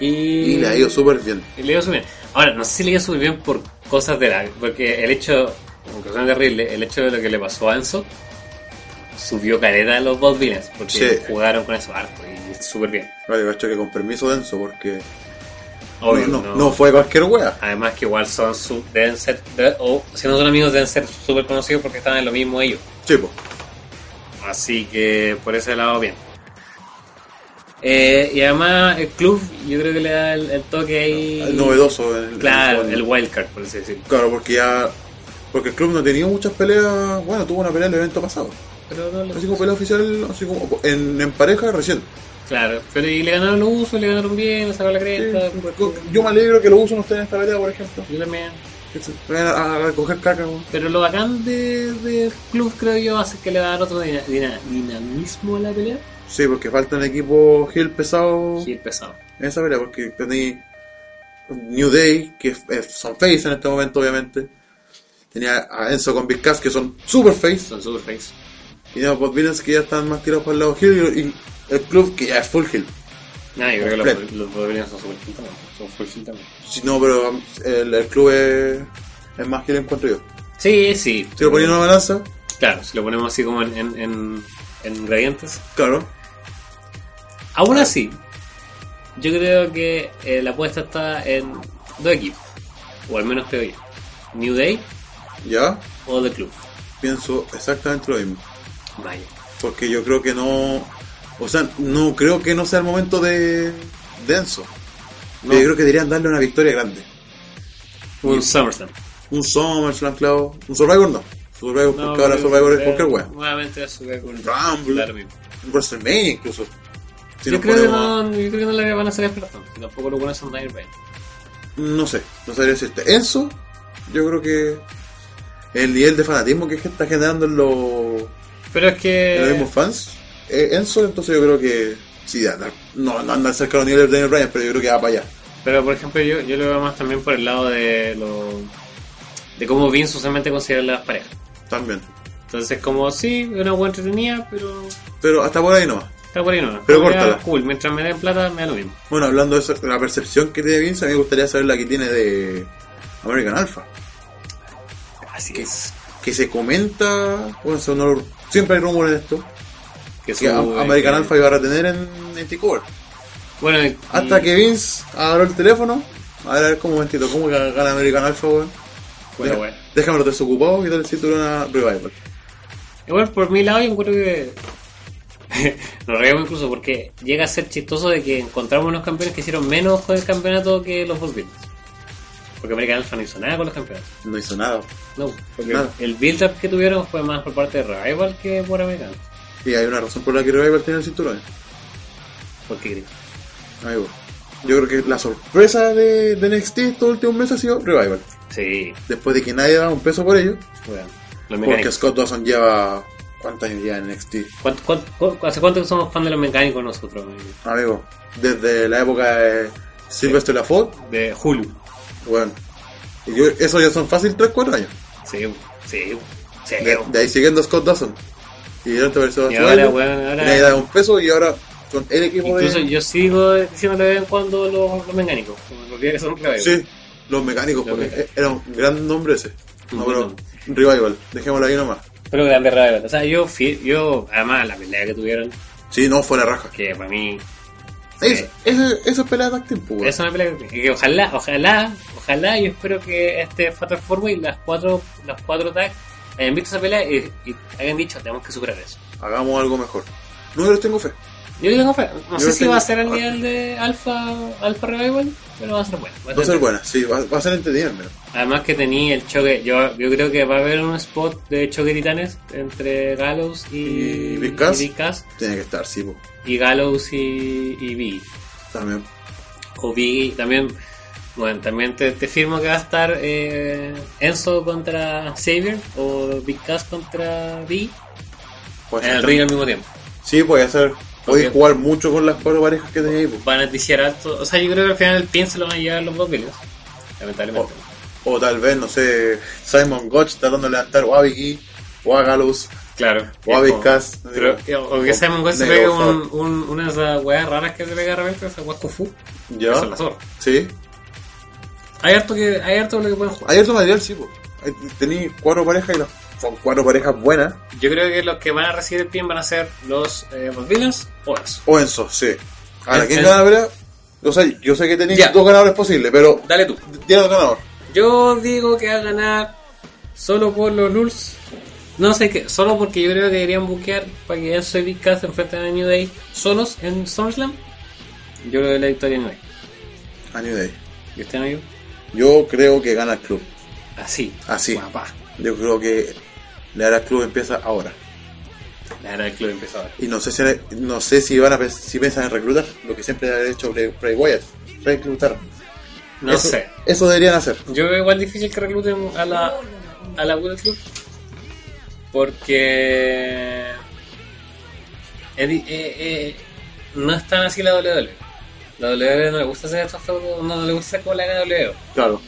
Speaker 2: Y,
Speaker 3: Y le ha ido súper bien.
Speaker 2: y le ha ido súper bien. Ahora, no sé si le ha ido súper bien por cosas de la. Porque el hecho, aunque suena terrible, el hecho de lo que le pasó a Enzo subió careta a los Podvillas porque
Speaker 3: Sí.
Speaker 2: jugaron con eso harto y súper bien.
Speaker 3: Vale, cacho que con permiso denso, porque
Speaker 2: Obvio,
Speaker 3: no, no, no fue cualquier wea.
Speaker 2: Además que igual son su, deben ser, de- o si no son amigos deben ser súper conocidos porque están en lo mismo ellos.
Speaker 3: Chico,
Speaker 2: Así que por ese lado bien. Eh, y además el club yo creo que le da el, el toque ahí...
Speaker 3: novedoso. en- en
Speaker 2: Claro,
Speaker 3: en-
Speaker 2: el wildcard, por así decirlo.
Speaker 3: Claro, porque ya. Porque el club no ha tenido muchas peleas. Bueno, tuvo una pelea en el evento pasado.
Speaker 2: Pero no lo-
Speaker 3: Así como pelea oficial, así como en, en pareja recién.
Speaker 2: Claro, pero y le ganaron los usos, le ganaron bien, le sacaron la
Speaker 3: Sí,
Speaker 2: cresta.
Speaker 3: yo-
Speaker 2: porque-
Speaker 3: yo me alegro que lo usen ustedes en esta pelea, por ejemplo.
Speaker 2: yo también.
Speaker 3: Que se vayan a, a recoger caca, weón.
Speaker 2: Pero lo bacán de- del club creo yo hace que le va a dar otro dina- dina- dinamismo a la pelea.
Speaker 3: Sí, porque falta un equipo heel pesado
Speaker 2: Y pesado.
Speaker 3: en esa pelea, porque tenéis New Day, que es- es- son face en este momento, obviamente. Tenía a Enzo con Big Cass, que son super face.
Speaker 2: Son super face.
Speaker 3: Y tenemos Bob Villains que ya están más tirados para el lado heel y, y el club que ya es full heel.
Speaker 2: No, Ah, yo creo que los,
Speaker 3: Completo.
Speaker 2: los Wolverines son super heel también. Son full heel también.
Speaker 3: Si no, pero um, el, el club es, es más heel encuentro yo.
Speaker 2: Sí, sí.
Speaker 3: Si lo ponía en una balanza,
Speaker 2: Claro, si lo ponemos así como en, en, en, en gradientes.
Speaker 3: claro. Ah.
Speaker 2: Aún así, yo creo que eh, la apuesta está en dos equipos. O al menos creo yo. New Day
Speaker 3: Ya,
Speaker 2: o The Club.
Speaker 3: pienso exactamente lo mismo.
Speaker 2: Vaya.
Speaker 3: Porque yo creo que no. O sea, no creo que no sea el momento de. denso.
Speaker 2: No.
Speaker 3: Yo creo que deberían darle una victoria grande.
Speaker 2: Un SummerSlam.
Speaker 3: Un SummerSlam, claro. Un Survivor no. Survivor, porque ahora
Speaker 2: pero-
Speaker 3: Survivor es
Speaker 2: eh,
Speaker 3: cualquier wea.
Speaker 2: Nuevamente Survivor con
Speaker 3: Rumble.
Speaker 2: Da lo mismo.
Speaker 3: Un WrestleMania incluso. Si
Speaker 2: yo,
Speaker 3: nos
Speaker 2: creo que
Speaker 3: ponemos-
Speaker 2: no, yo creo que no le van a hacer explotón. Tampoco lo van a hacer Night Rain.
Speaker 3: No sé, no sabría decirte. Eso, yo creo que. El nivel de fanatismo que está generando en los.
Speaker 2: Pero es que.
Speaker 3: en los mismos fans, eh, Enzo, entonces yo creo que sí, anda- no, no anda cerca de los niveles de Daniel Bryan, pero yo creo que va para allá.
Speaker 2: Pero por ejemplo, yo, yo lo veo más también por el lado de lo, de cómo Vince usualmente considera las parejas.
Speaker 3: También.
Speaker 2: Entonces, como sí, una buena entretenida, pero
Speaker 3: Pero hasta por ahí nomás.
Speaker 2: está por ahí no.
Speaker 3: Pero
Speaker 2: Ya,
Speaker 3: córtala.
Speaker 2: Cool, mientras me den plata, me da lo mismo.
Speaker 3: Bueno, hablando de, eso, de la percepción que tiene Vince, a mí me gustaría saber la que tiene de American Alpha.
Speaker 2: Así es.
Speaker 3: Que se comenta, bueno, eso no lo- siempre hay rumores de esto,
Speaker 2: Que
Speaker 3: que
Speaker 2: su-
Speaker 3: Am- American
Speaker 2: eh,
Speaker 3: Alpha iba a retener en, en T-Cover.
Speaker 2: Bueno, y-
Speaker 3: Hasta que Vince agarró el teléfono, a ver, a ver cómo momentito, cómo que gana American Alpha, weón.
Speaker 2: Bueno,
Speaker 3: Deja-
Speaker 2: bueno.
Speaker 3: Déjame los desocupados y dale el cinturón a Revival.
Speaker 2: Igual por mi lado yo encuentro que [LAUGHS] nos reímos incluso porque llega a ser chistoso de que encontramos unos campeones que hicieron menos con el campeonato que los Bullpins. Porque American Alpha no hizo nada con los campeonatos.
Speaker 3: No hizo nada.
Speaker 2: No, porque
Speaker 3: Nada.
Speaker 2: el build-up que tuvieron fue más por parte de Revival que por American.
Speaker 3: Y hay una razón por la que Revival tiene el cinturón.
Speaker 2: Porque gris.
Speaker 3: Amigo, yo creo que la sorpresa de, de NXT estos últimos meses ha sido Revival.
Speaker 2: Sí,
Speaker 3: Después de que nadie daba un peso por ello,
Speaker 2: bueno. Los
Speaker 3: porque
Speaker 2: mecánicos.
Speaker 3: Scott Dawson lleva. ¿Cuántos años ya en NXT?
Speaker 2: ¿Cuánto- cuánto- cu- hace cuánto que somos fan de los mecánicos nosotros? amigo?
Speaker 3: Amigo, desde la época de Sylvester LaFoot,
Speaker 2: De Hulu.
Speaker 3: bueno. Y yo, eso ya son fácil 3-4 años.
Speaker 2: Sí, sí, sí.
Speaker 3: De, de ahí siguiendo a Scott Dawson. Y de repente apareció
Speaker 2: Y
Speaker 3: Dawson
Speaker 2: ahora,
Speaker 3: Revival,
Speaker 2: weón, ahora-
Speaker 3: y nadie daba un peso y ahora son el equipo
Speaker 2: Incluso
Speaker 3: de.
Speaker 2: yo sigo diciendo de vez en cuando los, los mecánicos. Como los días que son Revival.
Speaker 3: Sí, los mecánicos,
Speaker 2: Los
Speaker 3: porque
Speaker 2: mecánicos.
Speaker 3: era un gran nombre ese. No,
Speaker 2: Bueno.
Speaker 3: pero Revival, dejémoslo ahí nomás.
Speaker 2: Pero grande Revival. O sea, yo, fui- yo, además, la pelea que tuvieron,
Speaker 3: Sí, no, fue la raja.
Speaker 2: que para mí
Speaker 3: Es, es, esa pelea pues, de Acting Power.
Speaker 2: Es una pelea que, que ojalá, ojalá, ojalá, yo espero que este Fatal Four Way, las cuatro, las cuatro tags, hayan visto esa pelea y, y hayan dicho, tenemos que superar eso.
Speaker 3: Hagamos algo mejor. No, yo les tengo fe.
Speaker 2: Yo digo, no, no sé
Speaker 3: Yo
Speaker 2: si
Speaker 3: tengo-
Speaker 2: va a ser al nivel de Alpha, Alpha Revival, pero va a ser bueno.
Speaker 3: Va a ser buena, sí, va, va a ser entretida al menos.
Speaker 2: Además que tenía el choque, yo, yo creo que va a haber un spot de choque de titanes entre Gallows y,
Speaker 3: Y Big Cass.
Speaker 2: y Big Cass,
Speaker 3: Tiene que estar, sí, po.
Speaker 2: y Gallows y, y Biggie.
Speaker 3: También.
Speaker 2: o Biggie, también bueno también te, te firmo que va a estar eh, Enzo contra Xavier o Big Cass contra Biggie
Speaker 3: Puede
Speaker 2: en
Speaker 3: ser
Speaker 2: el
Speaker 3: tam-
Speaker 2: ring al mismo tiempo
Speaker 3: Sí, puede ser. Podéis
Speaker 2: Ok.
Speaker 3: jugar mucho con las cuatro parejas que tenéis, po.
Speaker 2: van a ticiar alto o sea yo creo que al final el pin se lo van a llevar los Buccaneers lamentablemente
Speaker 3: O tal vez, no sé, Simon Gotch tratando de levantar o a Vicky, o a Galus,
Speaker 2: claro
Speaker 3: o
Speaker 2: Es
Speaker 3: a Oh, Big
Speaker 2: como-
Speaker 3: Cass. Oh,
Speaker 2: pero, o que Simon West se
Speaker 3: Negro,
Speaker 2: pegue
Speaker 3: por
Speaker 2: un, un, una de esas weas raras que se pega de repente esa wea Kufu
Speaker 3: ¿Ya?
Speaker 2: esa es la zorra
Speaker 3: Sí.
Speaker 2: hay harto que hay harto lo que pueden jugar
Speaker 3: Hay otro material, sí, po. Hay- Tenéis cuatro parejas y las- son cuatro parejas buenas.
Speaker 2: yo creo que los que van a recibir el pin van a ser los eh, Buccaneers o Enzo
Speaker 3: O Enzo, sí. Ahora,
Speaker 2: En-
Speaker 3: ¿quién
Speaker 2: en-
Speaker 3: gana la pelea? O sea, yo sé que tenéis
Speaker 2: Ya.
Speaker 3: dos ganadores posibles, pero
Speaker 2: dale tú
Speaker 3: tiene dos ganadores.
Speaker 2: Yo digo que va a ganar solo por los Lulz. No sé qué, solo porque yo creo que deberían buquear para que Enzo y Big Cass se enfrenten a New Day solos en SummerSlam. Yo creo que la victoria no es.
Speaker 3: A New Day.
Speaker 2: ¿Y usted no yo?
Speaker 3: Yo creo que gana el club.
Speaker 2: Así.
Speaker 3: Así.
Speaker 2: Guapa.
Speaker 3: Yo creo que la era club empieza ahora.
Speaker 2: La era del club empezó ahora.
Speaker 3: Y no sé si, no sé si van a pens- si piensan en reclutar, lo que siempre ha hecho Bray Bray Wyatt, reclutar.
Speaker 2: No
Speaker 3: Eso-
Speaker 2: sé.
Speaker 3: Eso deberían hacer.
Speaker 2: Yo veo igual difícil que recluten a la, a la Bullet Club. Porque. es di- eh, eh, no es tan así la WWE. La WWE no le gusta hacer estos feudos, no le gusta hacer como la WWE.
Speaker 3: Claro.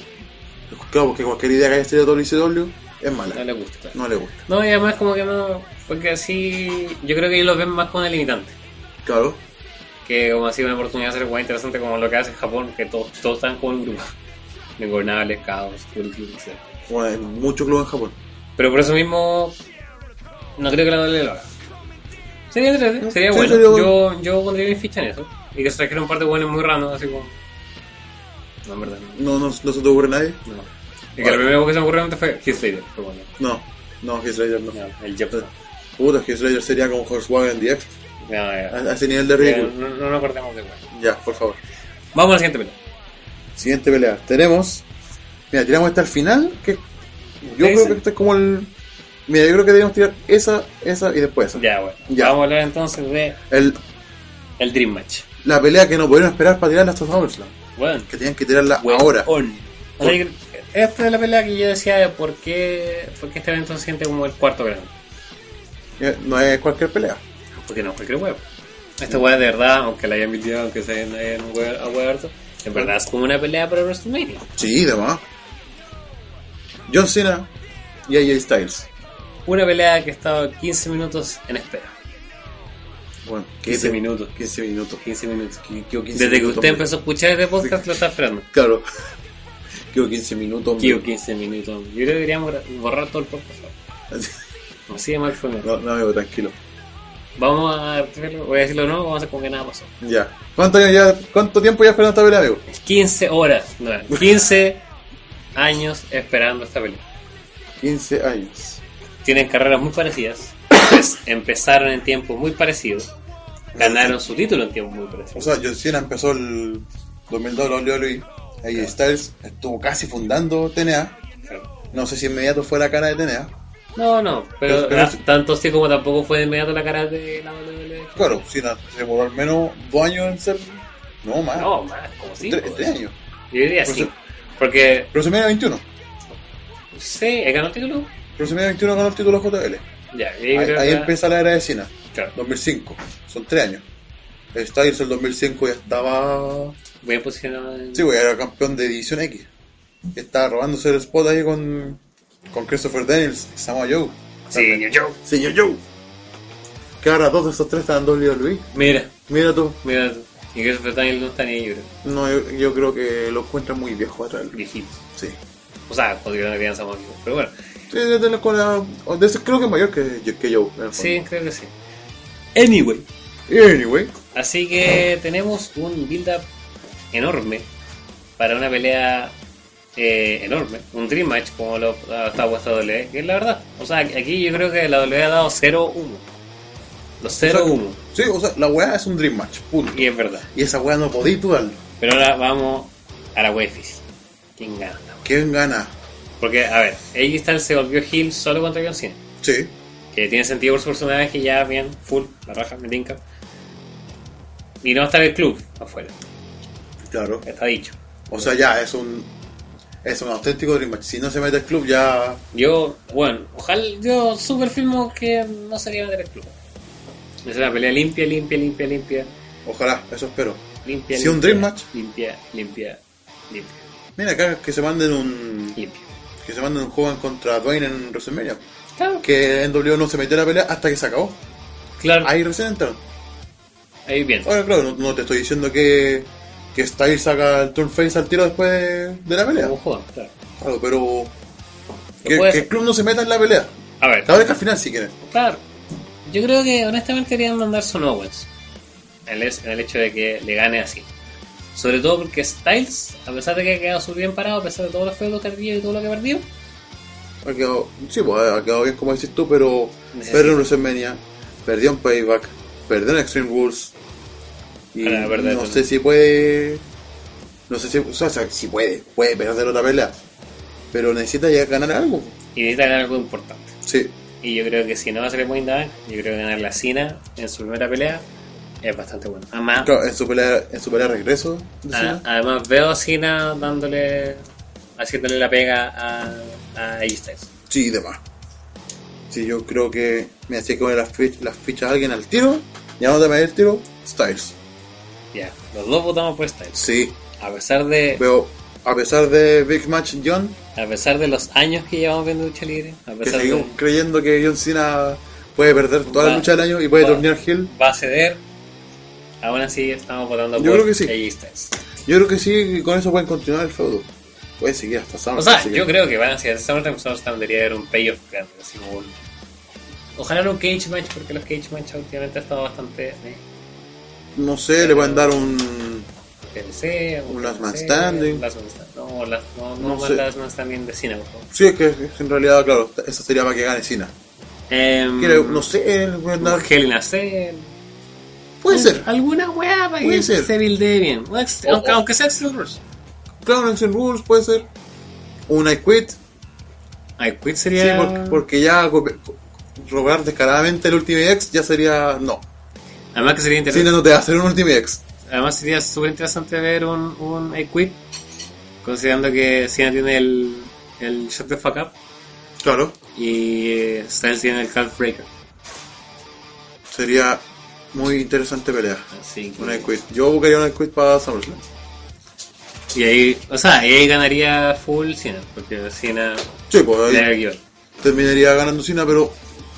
Speaker 3: Claro, porque cualquier idea que haya sido WCW es Es mala.
Speaker 2: No le gusta. pues.
Speaker 3: No le gusta.
Speaker 2: No, y además como que no... Porque así... Yo creo que ellos los ven más como una limitante.
Speaker 3: Claro.
Speaker 2: Que como así una oportunidad de hacer algo interesante como lo que hace en Japón, que todos, todos están como en grupo. [LAUGHS] Ingobernables, caos, club, etc.
Speaker 3: Bueno, hay mucho club en Japón.
Speaker 2: Pero por eso mismo... No creo que la doble lo haga. Sería interesante, sería
Speaker 3: Sí,
Speaker 2: bueno.
Speaker 3: sería bueno.
Speaker 2: Yo, yo pondría mi ficha en eso. Y que se trajeron un par de buenos muy raros, así como... No, en verdad, no.
Speaker 3: No, no, no se te ocurre nadie.
Speaker 2: no. Y que lo primero que se me ocurrió fue Heath Slater, pero bueno,
Speaker 3: No, no, Heath Ledger no.
Speaker 2: no, el Jeff.
Speaker 3: Puta, Heath Ledger sería como Volkswagen DX.
Speaker 2: No, ya.
Speaker 3: A, a ese nivel
Speaker 2: Ya,
Speaker 3: de Ah, ridículo.
Speaker 2: No, no nos acordemos de bueno.
Speaker 3: Ya, por favor.
Speaker 2: Vamos a la siguiente pelea.
Speaker 3: Siguiente pelea. Tenemos. Mira, tiramos esta al final. Que yo
Speaker 2: Sí,
Speaker 3: creo
Speaker 2: sí.
Speaker 3: que este es como el. Mira, yo creo que deberíamos tirar esa, esa y después esa.
Speaker 2: Ya, bueno.
Speaker 3: Ya.
Speaker 2: Vamos a hablar entonces de
Speaker 3: El-
Speaker 2: el Dream Match.
Speaker 3: la pelea que no pudieron esperar para tirarla hasta SummerSlam.
Speaker 2: Bueno,
Speaker 3: Que tenían que tirarla ahora.
Speaker 2: on. O sea, yo- esta es la pelea que yo decía de por qué, por qué este evento se siente como el cuarto grande.
Speaker 3: Eh, No es cualquier pelea.
Speaker 2: Porque no es cualquier huevo. Esta hueá de verdad, aunque la hayan metido, aunque se hayan hue- ahueado, en verdad es como una pelea para WrestleMania.
Speaker 3: Sí, demás. John Cena y AJ Styles.
Speaker 2: Una pelea que ha estado 15 minutos en espera.
Speaker 3: Bueno,
Speaker 2: 15
Speaker 3: te-
Speaker 2: minutos.
Speaker 3: 15 minutos.
Speaker 2: 15 minutos.
Speaker 3: Qu- quedó 15
Speaker 2: Desde que usted
Speaker 3: minutos, hombre.
Speaker 2: empezó a escuchar este podcast lo está esperando.
Speaker 3: Claro. [LAUGHS] Quedó 15 minutos. hombre.
Speaker 2: Tío, 15 minutos. Yo creo que deberíamos gra- borrar todo el podcast. [LAUGHS] Así de mal fue. ¿no?
Speaker 3: No, no, amigo, tranquilo.
Speaker 2: Vamos a hacerlo, voy a decirlo no, vamos a hacer como que nada pasó.
Speaker 3: Ya. ¿Cuánto, ya, ¿Cuánto tiempo ya esperando esta pelea, amigo?
Speaker 2: 15 horas, no, 15 años esperando esta película.
Speaker 3: 15 años.
Speaker 2: Tienen carreras muy parecidas, pues, [COUGHS] empezaron en tiempos muy parecidos, ganaron su título en tiempos muy
Speaker 3: O
Speaker 2: parecidos.
Speaker 3: sea, John Cena empezó el 2002 la WWE. AJ Styles estuvo casi fundando TNA.
Speaker 2: Claro.
Speaker 3: No sé si inmediato fue la cara de TNA.
Speaker 2: No, no, pero,
Speaker 3: Pero- pero
Speaker 2: ah,
Speaker 3: sí.
Speaker 2: tanto sí como tampoco fue de inmediato la cara de la E. WWE.
Speaker 3: Claro, Cena se demoró al menos dos años en ser. No, más.
Speaker 2: No, más, como cinco.
Speaker 3: tres, tres años.
Speaker 2: Yo diría
Speaker 3: Ah, Por
Speaker 2: sí,
Speaker 3: eso-
Speaker 2: porque
Speaker 3: Pero se media 21.
Speaker 2: sí, ¿eh, ganó el título.
Speaker 3: Pero se media 21 ganó el título JBL.
Speaker 2: Ya, yo
Speaker 3: Ahí,
Speaker 2: creo
Speaker 3: ahí
Speaker 2: que-
Speaker 3: empieza la era de Cena.
Speaker 2: claro,
Speaker 3: 2005. Son tres años. Styles el 2005 ya estaba.
Speaker 2: voy a posicionar en-
Speaker 3: Sí, güey, era campeón de División X. Estaba robándose el spot ahí con, con Christopher Daniels y Samoa Joe.
Speaker 2: Sí, yo, yo.
Speaker 3: Señor Joe. Que ahora dos de esos tres están en WWE.
Speaker 2: Mira,
Speaker 3: Mira tú.
Speaker 2: mira, tú. y que eso Daniel no está ni ahí, yo creo.
Speaker 3: No, yo, yo creo que lo encuentran muy viejo atrás.
Speaker 2: viejito.
Speaker 3: Sí.
Speaker 2: O sea, podría no crianza más pero bueno.
Speaker 3: Sí, de, de, la- con la- o de ese creo que es mayor que, que Joe. en el
Speaker 2: Sí, creo que sí. Anyway.
Speaker 3: fondo. Anyway.
Speaker 2: Así que tenemos un build-up enorme para una pelea eh, enorme. Un Dream Match como lo ah, ha estado puesto WWE, que es la verdad. O sea, aquí yo creo que la WWE ha dado cero humo. Los cero
Speaker 3: O sea,
Speaker 2: humo.
Speaker 3: Sí, o sea, la weá es un dream match. Punto.
Speaker 2: Y es verdad.
Speaker 3: Y esa weá no podía dudarlo.
Speaker 2: Pero ahora vamos a la web difícil. ¿Quién gana?
Speaker 3: ¿Quién gana?
Speaker 2: Porque, a ver, AJ Styles se volvió heel solo contra John Cena.
Speaker 3: Sí.
Speaker 2: que tiene sentido por su personaje, ya bien, full, la raja, me tinca. Y no está el club afuera,
Speaker 3: Claro.
Speaker 2: está dicho.
Speaker 3: O sea, ya es un. Es un auténtico dream match. Si no se mete al club, ya.
Speaker 2: Yo, bueno, ojalá, yo super firmo que no se quede meter el club. Es una pelea limpia, limpia, limpia, limpia,
Speaker 3: Ojalá, eso espero.
Speaker 2: limpia.
Speaker 3: Sí, un
Speaker 2: limpia,
Speaker 3: dream match.
Speaker 2: Limpia, limpia, limpia,
Speaker 3: Mira acá que se manden un.
Speaker 2: limpia.
Speaker 3: Que se manden un joven contra Dwayne en WrestleMania.
Speaker 2: Claro,
Speaker 3: Que en W no se metió a la pelea hasta que se acabó.
Speaker 2: claro, ahí,
Speaker 3: Ahí recién entraron.
Speaker 2: bien.
Speaker 3: Ahora, claro, no, no te estoy diciendo que. Que Styles saca el turn face al tiro después de, de la pelea.
Speaker 2: Como juegan, claro.
Speaker 3: Claro, pero.
Speaker 2: Lo
Speaker 3: Que,
Speaker 2: puedes-
Speaker 3: que el club no se meta en la pelea.
Speaker 2: A ver,
Speaker 3: Ahora que al final si quieren.
Speaker 2: Claro. Yo creo que honestamente deberían mandar Son Owens. En el, en el hecho de que le gane así. Sobre todo porque Styles, a pesar de que ha quedado súper bien parado, a pesar de todos los feudos que ha perdido y todo lo que ha perdido,
Speaker 3: Ha quedado, sí, pues ha quedado bien como dices tú, pero
Speaker 2: Necesito.
Speaker 3: perdió en WrestleMania, perdió en Payback, perdió en Extreme Rules. Y
Speaker 2: Ah, la verdad,
Speaker 3: no
Speaker 2: eso
Speaker 3: sé
Speaker 2: no.
Speaker 3: si puede. No sé si, o sea, si puede, puede perder otra pelea. Pero necesita ya ganar algo.
Speaker 2: y necesita ganar algo importante.
Speaker 3: Sí,
Speaker 2: Y yo creo que si no va a ser el point down, yo creo que ganar la Cena en su primera pelea es bastante bueno. Además,
Speaker 3: claro, en su pelea, en su pelea de regreso. de
Speaker 2: a-
Speaker 3: Cena.
Speaker 2: además veo a Cena dándole, haciéndole la pega a, a AJ Styles.
Speaker 3: Sí, demás. Sí, yo creo que. Mira, si hay que poner las, fich- las fichas a alguien al tiro, ya no te el tiro, Styles.
Speaker 2: Ya, los dos votamos por Styles.
Speaker 3: Sí,
Speaker 2: A pesar de
Speaker 3: veo a pesar de Big Match John,
Speaker 2: A pesar de los años que llevamos viendo lucha libre, a
Speaker 3: que
Speaker 2: pesar de
Speaker 3: seguimos creyendo que John Cena puede perder toda
Speaker 2: Va-
Speaker 3: la lucha del año y puede
Speaker 2: va-
Speaker 3: tornear Hill,
Speaker 2: va a ceder, aún así estamos votando
Speaker 3: Yo
Speaker 2: por
Speaker 3: creo que sí.
Speaker 2: AJ Styles.
Speaker 3: yo creo que sí, y con eso pueden continuar el feudo. Puede seguir hasta
Speaker 2: O
Speaker 3: SummerSlam.
Speaker 2: sea,
Speaker 3: así que-
Speaker 2: yo creo que van hacia pues, SummerSlam, SummerSlam debería haber un payoff grande, así como un- Ojalá no un cage match, porque los cage match últimamente han estado bastante... eh,
Speaker 3: No sé, le pueden dar un.
Speaker 2: TLC,
Speaker 3: Un
Speaker 2: un
Speaker 3: Last Man
Speaker 2: TLC,
Speaker 3: Standing.
Speaker 2: Last Man Standing. No, la- no, no,
Speaker 3: No
Speaker 2: más
Speaker 3: sé.
Speaker 2: Last Man Standing de Cena, por favor.
Speaker 3: Sí, es que es que en realidad, claro, eso sería para que gane Cena.
Speaker 2: Em,
Speaker 3: Quiere- no sé, le pueden
Speaker 2: un
Speaker 3: dar-
Speaker 2: Hell in a Cell.
Speaker 3: Puede ser.
Speaker 2: Alguna weá para
Speaker 3: Puede
Speaker 2: que
Speaker 3: ser. Oh,
Speaker 2: se buildee bien. O ex-
Speaker 3: O-
Speaker 2: aunque,
Speaker 3: o-
Speaker 2: aunque sea Extreme Rules.
Speaker 3: Claro, en Rules puede ser. Un I Quit.
Speaker 2: I Quit
Speaker 3: Sí,
Speaker 2: sería.
Speaker 3: porque, porque ya co- co- robar descaradamente el Ultimate X ya sería. No.
Speaker 2: Además que sería
Speaker 3: Cena
Speaker 2: interesante.
Speaker 3: no te va a hacer un Ultimate X.
Speaker 2: Además sería súper interesante ver un, un I Quit. Considerando que Cena tiene el, el Shot the Fuck Up
Speaker 3: Claro.
Speaker 2: y eh, Styles tiene el Calf Breaker.
Speaker 3: Sería muy interesante pelea.
Speaker 2: Así que.
Speaker 3: Un I Quit. Yo buscaría un I Quit para SummerSlam.
Speaker 2: Y ahí, o sea, y ahí ganaría full Cena. Porque Cena.
Speaker 3: Sí, pues
Speaker 2: le da
Speaker 3: ahí
Speaker 2: el guión.
Speaker 3: terminaría ganando Cena, pero,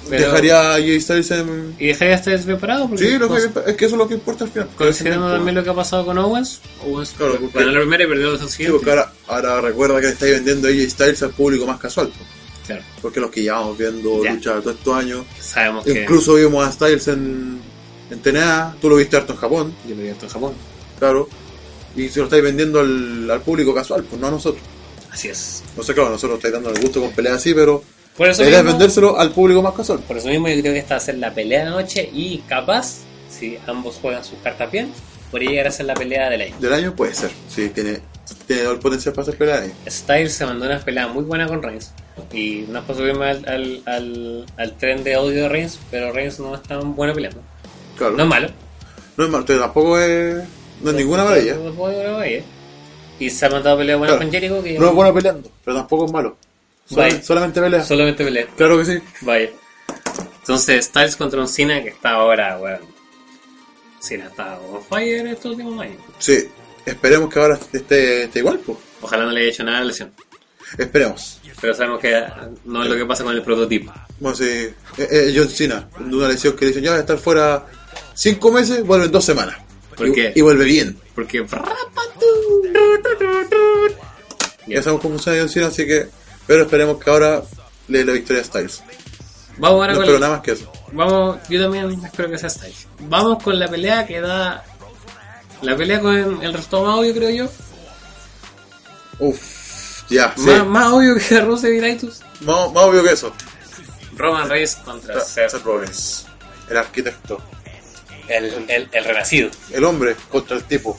Speaker 2: Pero-
Speaker 3: dejaría a Jay Styles en.
Speaker 2: Y dejaría a Styles preparado. Porque
Speaker 3: Sí, lo
Speaker 2: cons-
Speaker 3: que, es que eso es lo que importa al final.
Speaker 2: Considerando pues, también lo que ha pasado con Owens, Owens
Speaker 3: Claro,
Speaker 2: ganó
Speaker 3: porque-
Speaker 2: la primera y perdió los dos
Speaker 3: Sí, porque
Speaker 2: siguientes.
Speaker 3: ahora, ahora recuerda que le estáis vendiendo a AJ Styles al público más casual. po.
Speaker 2: Claro,
Speaker 3: Porque los que llevamos viendo
Speaker 2: Ya.
Speaker 3: lucha todos estos años.
Speaker 2: sabemos que
Speaker 3: Incluso vimos a Styles en, en TNA. Tú lo viste harto en Japón,
Speaker 2: yo lo vi harto en Japón.
Speaker 3: claro. Y se lo estáis vendiendo al, al público casual, pues no a nosotros.
Speaker 2: Así es.
Speaker 3: No sé, claro, nosotros estáis dando el gusto con peleas así, pero
Speaker 2: Por eso,
Speaker 3: la idea es
Speaker 2: mismo,
Speaker 3: vendérselo al público más casual.
Speaker 2: por eso mismo yo creo que esta va a ser la pelea de noche y capaz, si ambos juegan sus cartas bien, podría llegar a ser la pelea del año.
Speaker 3: Del año puede ser, sí, tiene, tiene todo el potencial para hacer peleas ahí.
Speaker 2: Styles se mandó una pelea muy buena con Reigns y no es para subirme al, al, al, al tren de odio de Reigns, pero Reigns no es tan bueno peleando.
Speaker 3: Claro,
Speaker 2: No es malo,
Speaker 3: no es malo, entonces tampoco es, no es ninguna maravilla.
Speaker 2: No es buena maravilla. Y se ha mandado peleas buenas
Speaker 3: Claro.
Speaker 2: con Jericho que
Speaker 3: No es bueno peleando, pero tampoco es malo. Sol-
Speaker 2: Bye.
Speaker 3: solamente pelea.
Speaker 2: solamente pelea.
Speaker 3: Claro que sí.
Speaker 2: Vaya. Entonces, Styles contra un Cena que está ahora, weón. Cena está on fire estos últimos años.
Speaker 3: Sí, esperemos que ahora esté, esté igual, pues.
Speaker 2: Ojalá no le haya hecho nada a la lesión.
Speaker 3: Esperemos.
Speaker 2: Pero sabemos que ah, no es lo que pasa con el prototipo.
Speaker 3: Bueno, sí, eh, eh, John Cena, de una lesión que le dicen, ya va a estar fuera cinco meses, vuelve en dos semanas.
Speaker 2: ¿Por
Speaker 3: y,
Speaker 2: qué?
Speaker 3: y vuelve bien.
Speaker 2: Porque. Bien.
Speaker 3: Ya sabemos cómo funciona John Cena, así que... Pero esperemos que ahora le dé la victoria a Styles.
Speaker 2: Vamos
Speaker 3: No
Speaker 2: ahora
Speaker 3: espero
Speaker 2: con.
Speaker 3: nada más que eso.
Speaker 2: Vamos, yo también espero que sea Styles. Vamos con la pelea que da. La pelea con el resto más obvio, creo yo.
Speaker 3: Uf, ya, sí.
Speaker 2: Más, más obvio que Rusev y Viraitus.
Speaker 3: Más, más obvio que eso.
Speaker 2: Roman Reigns contra Seth.
Speaker 3: Ah, Seth Rollins, el arquitecto,
Speaker 2: El, el, el renacido.
Speaker 3: el hombre contra el tipo.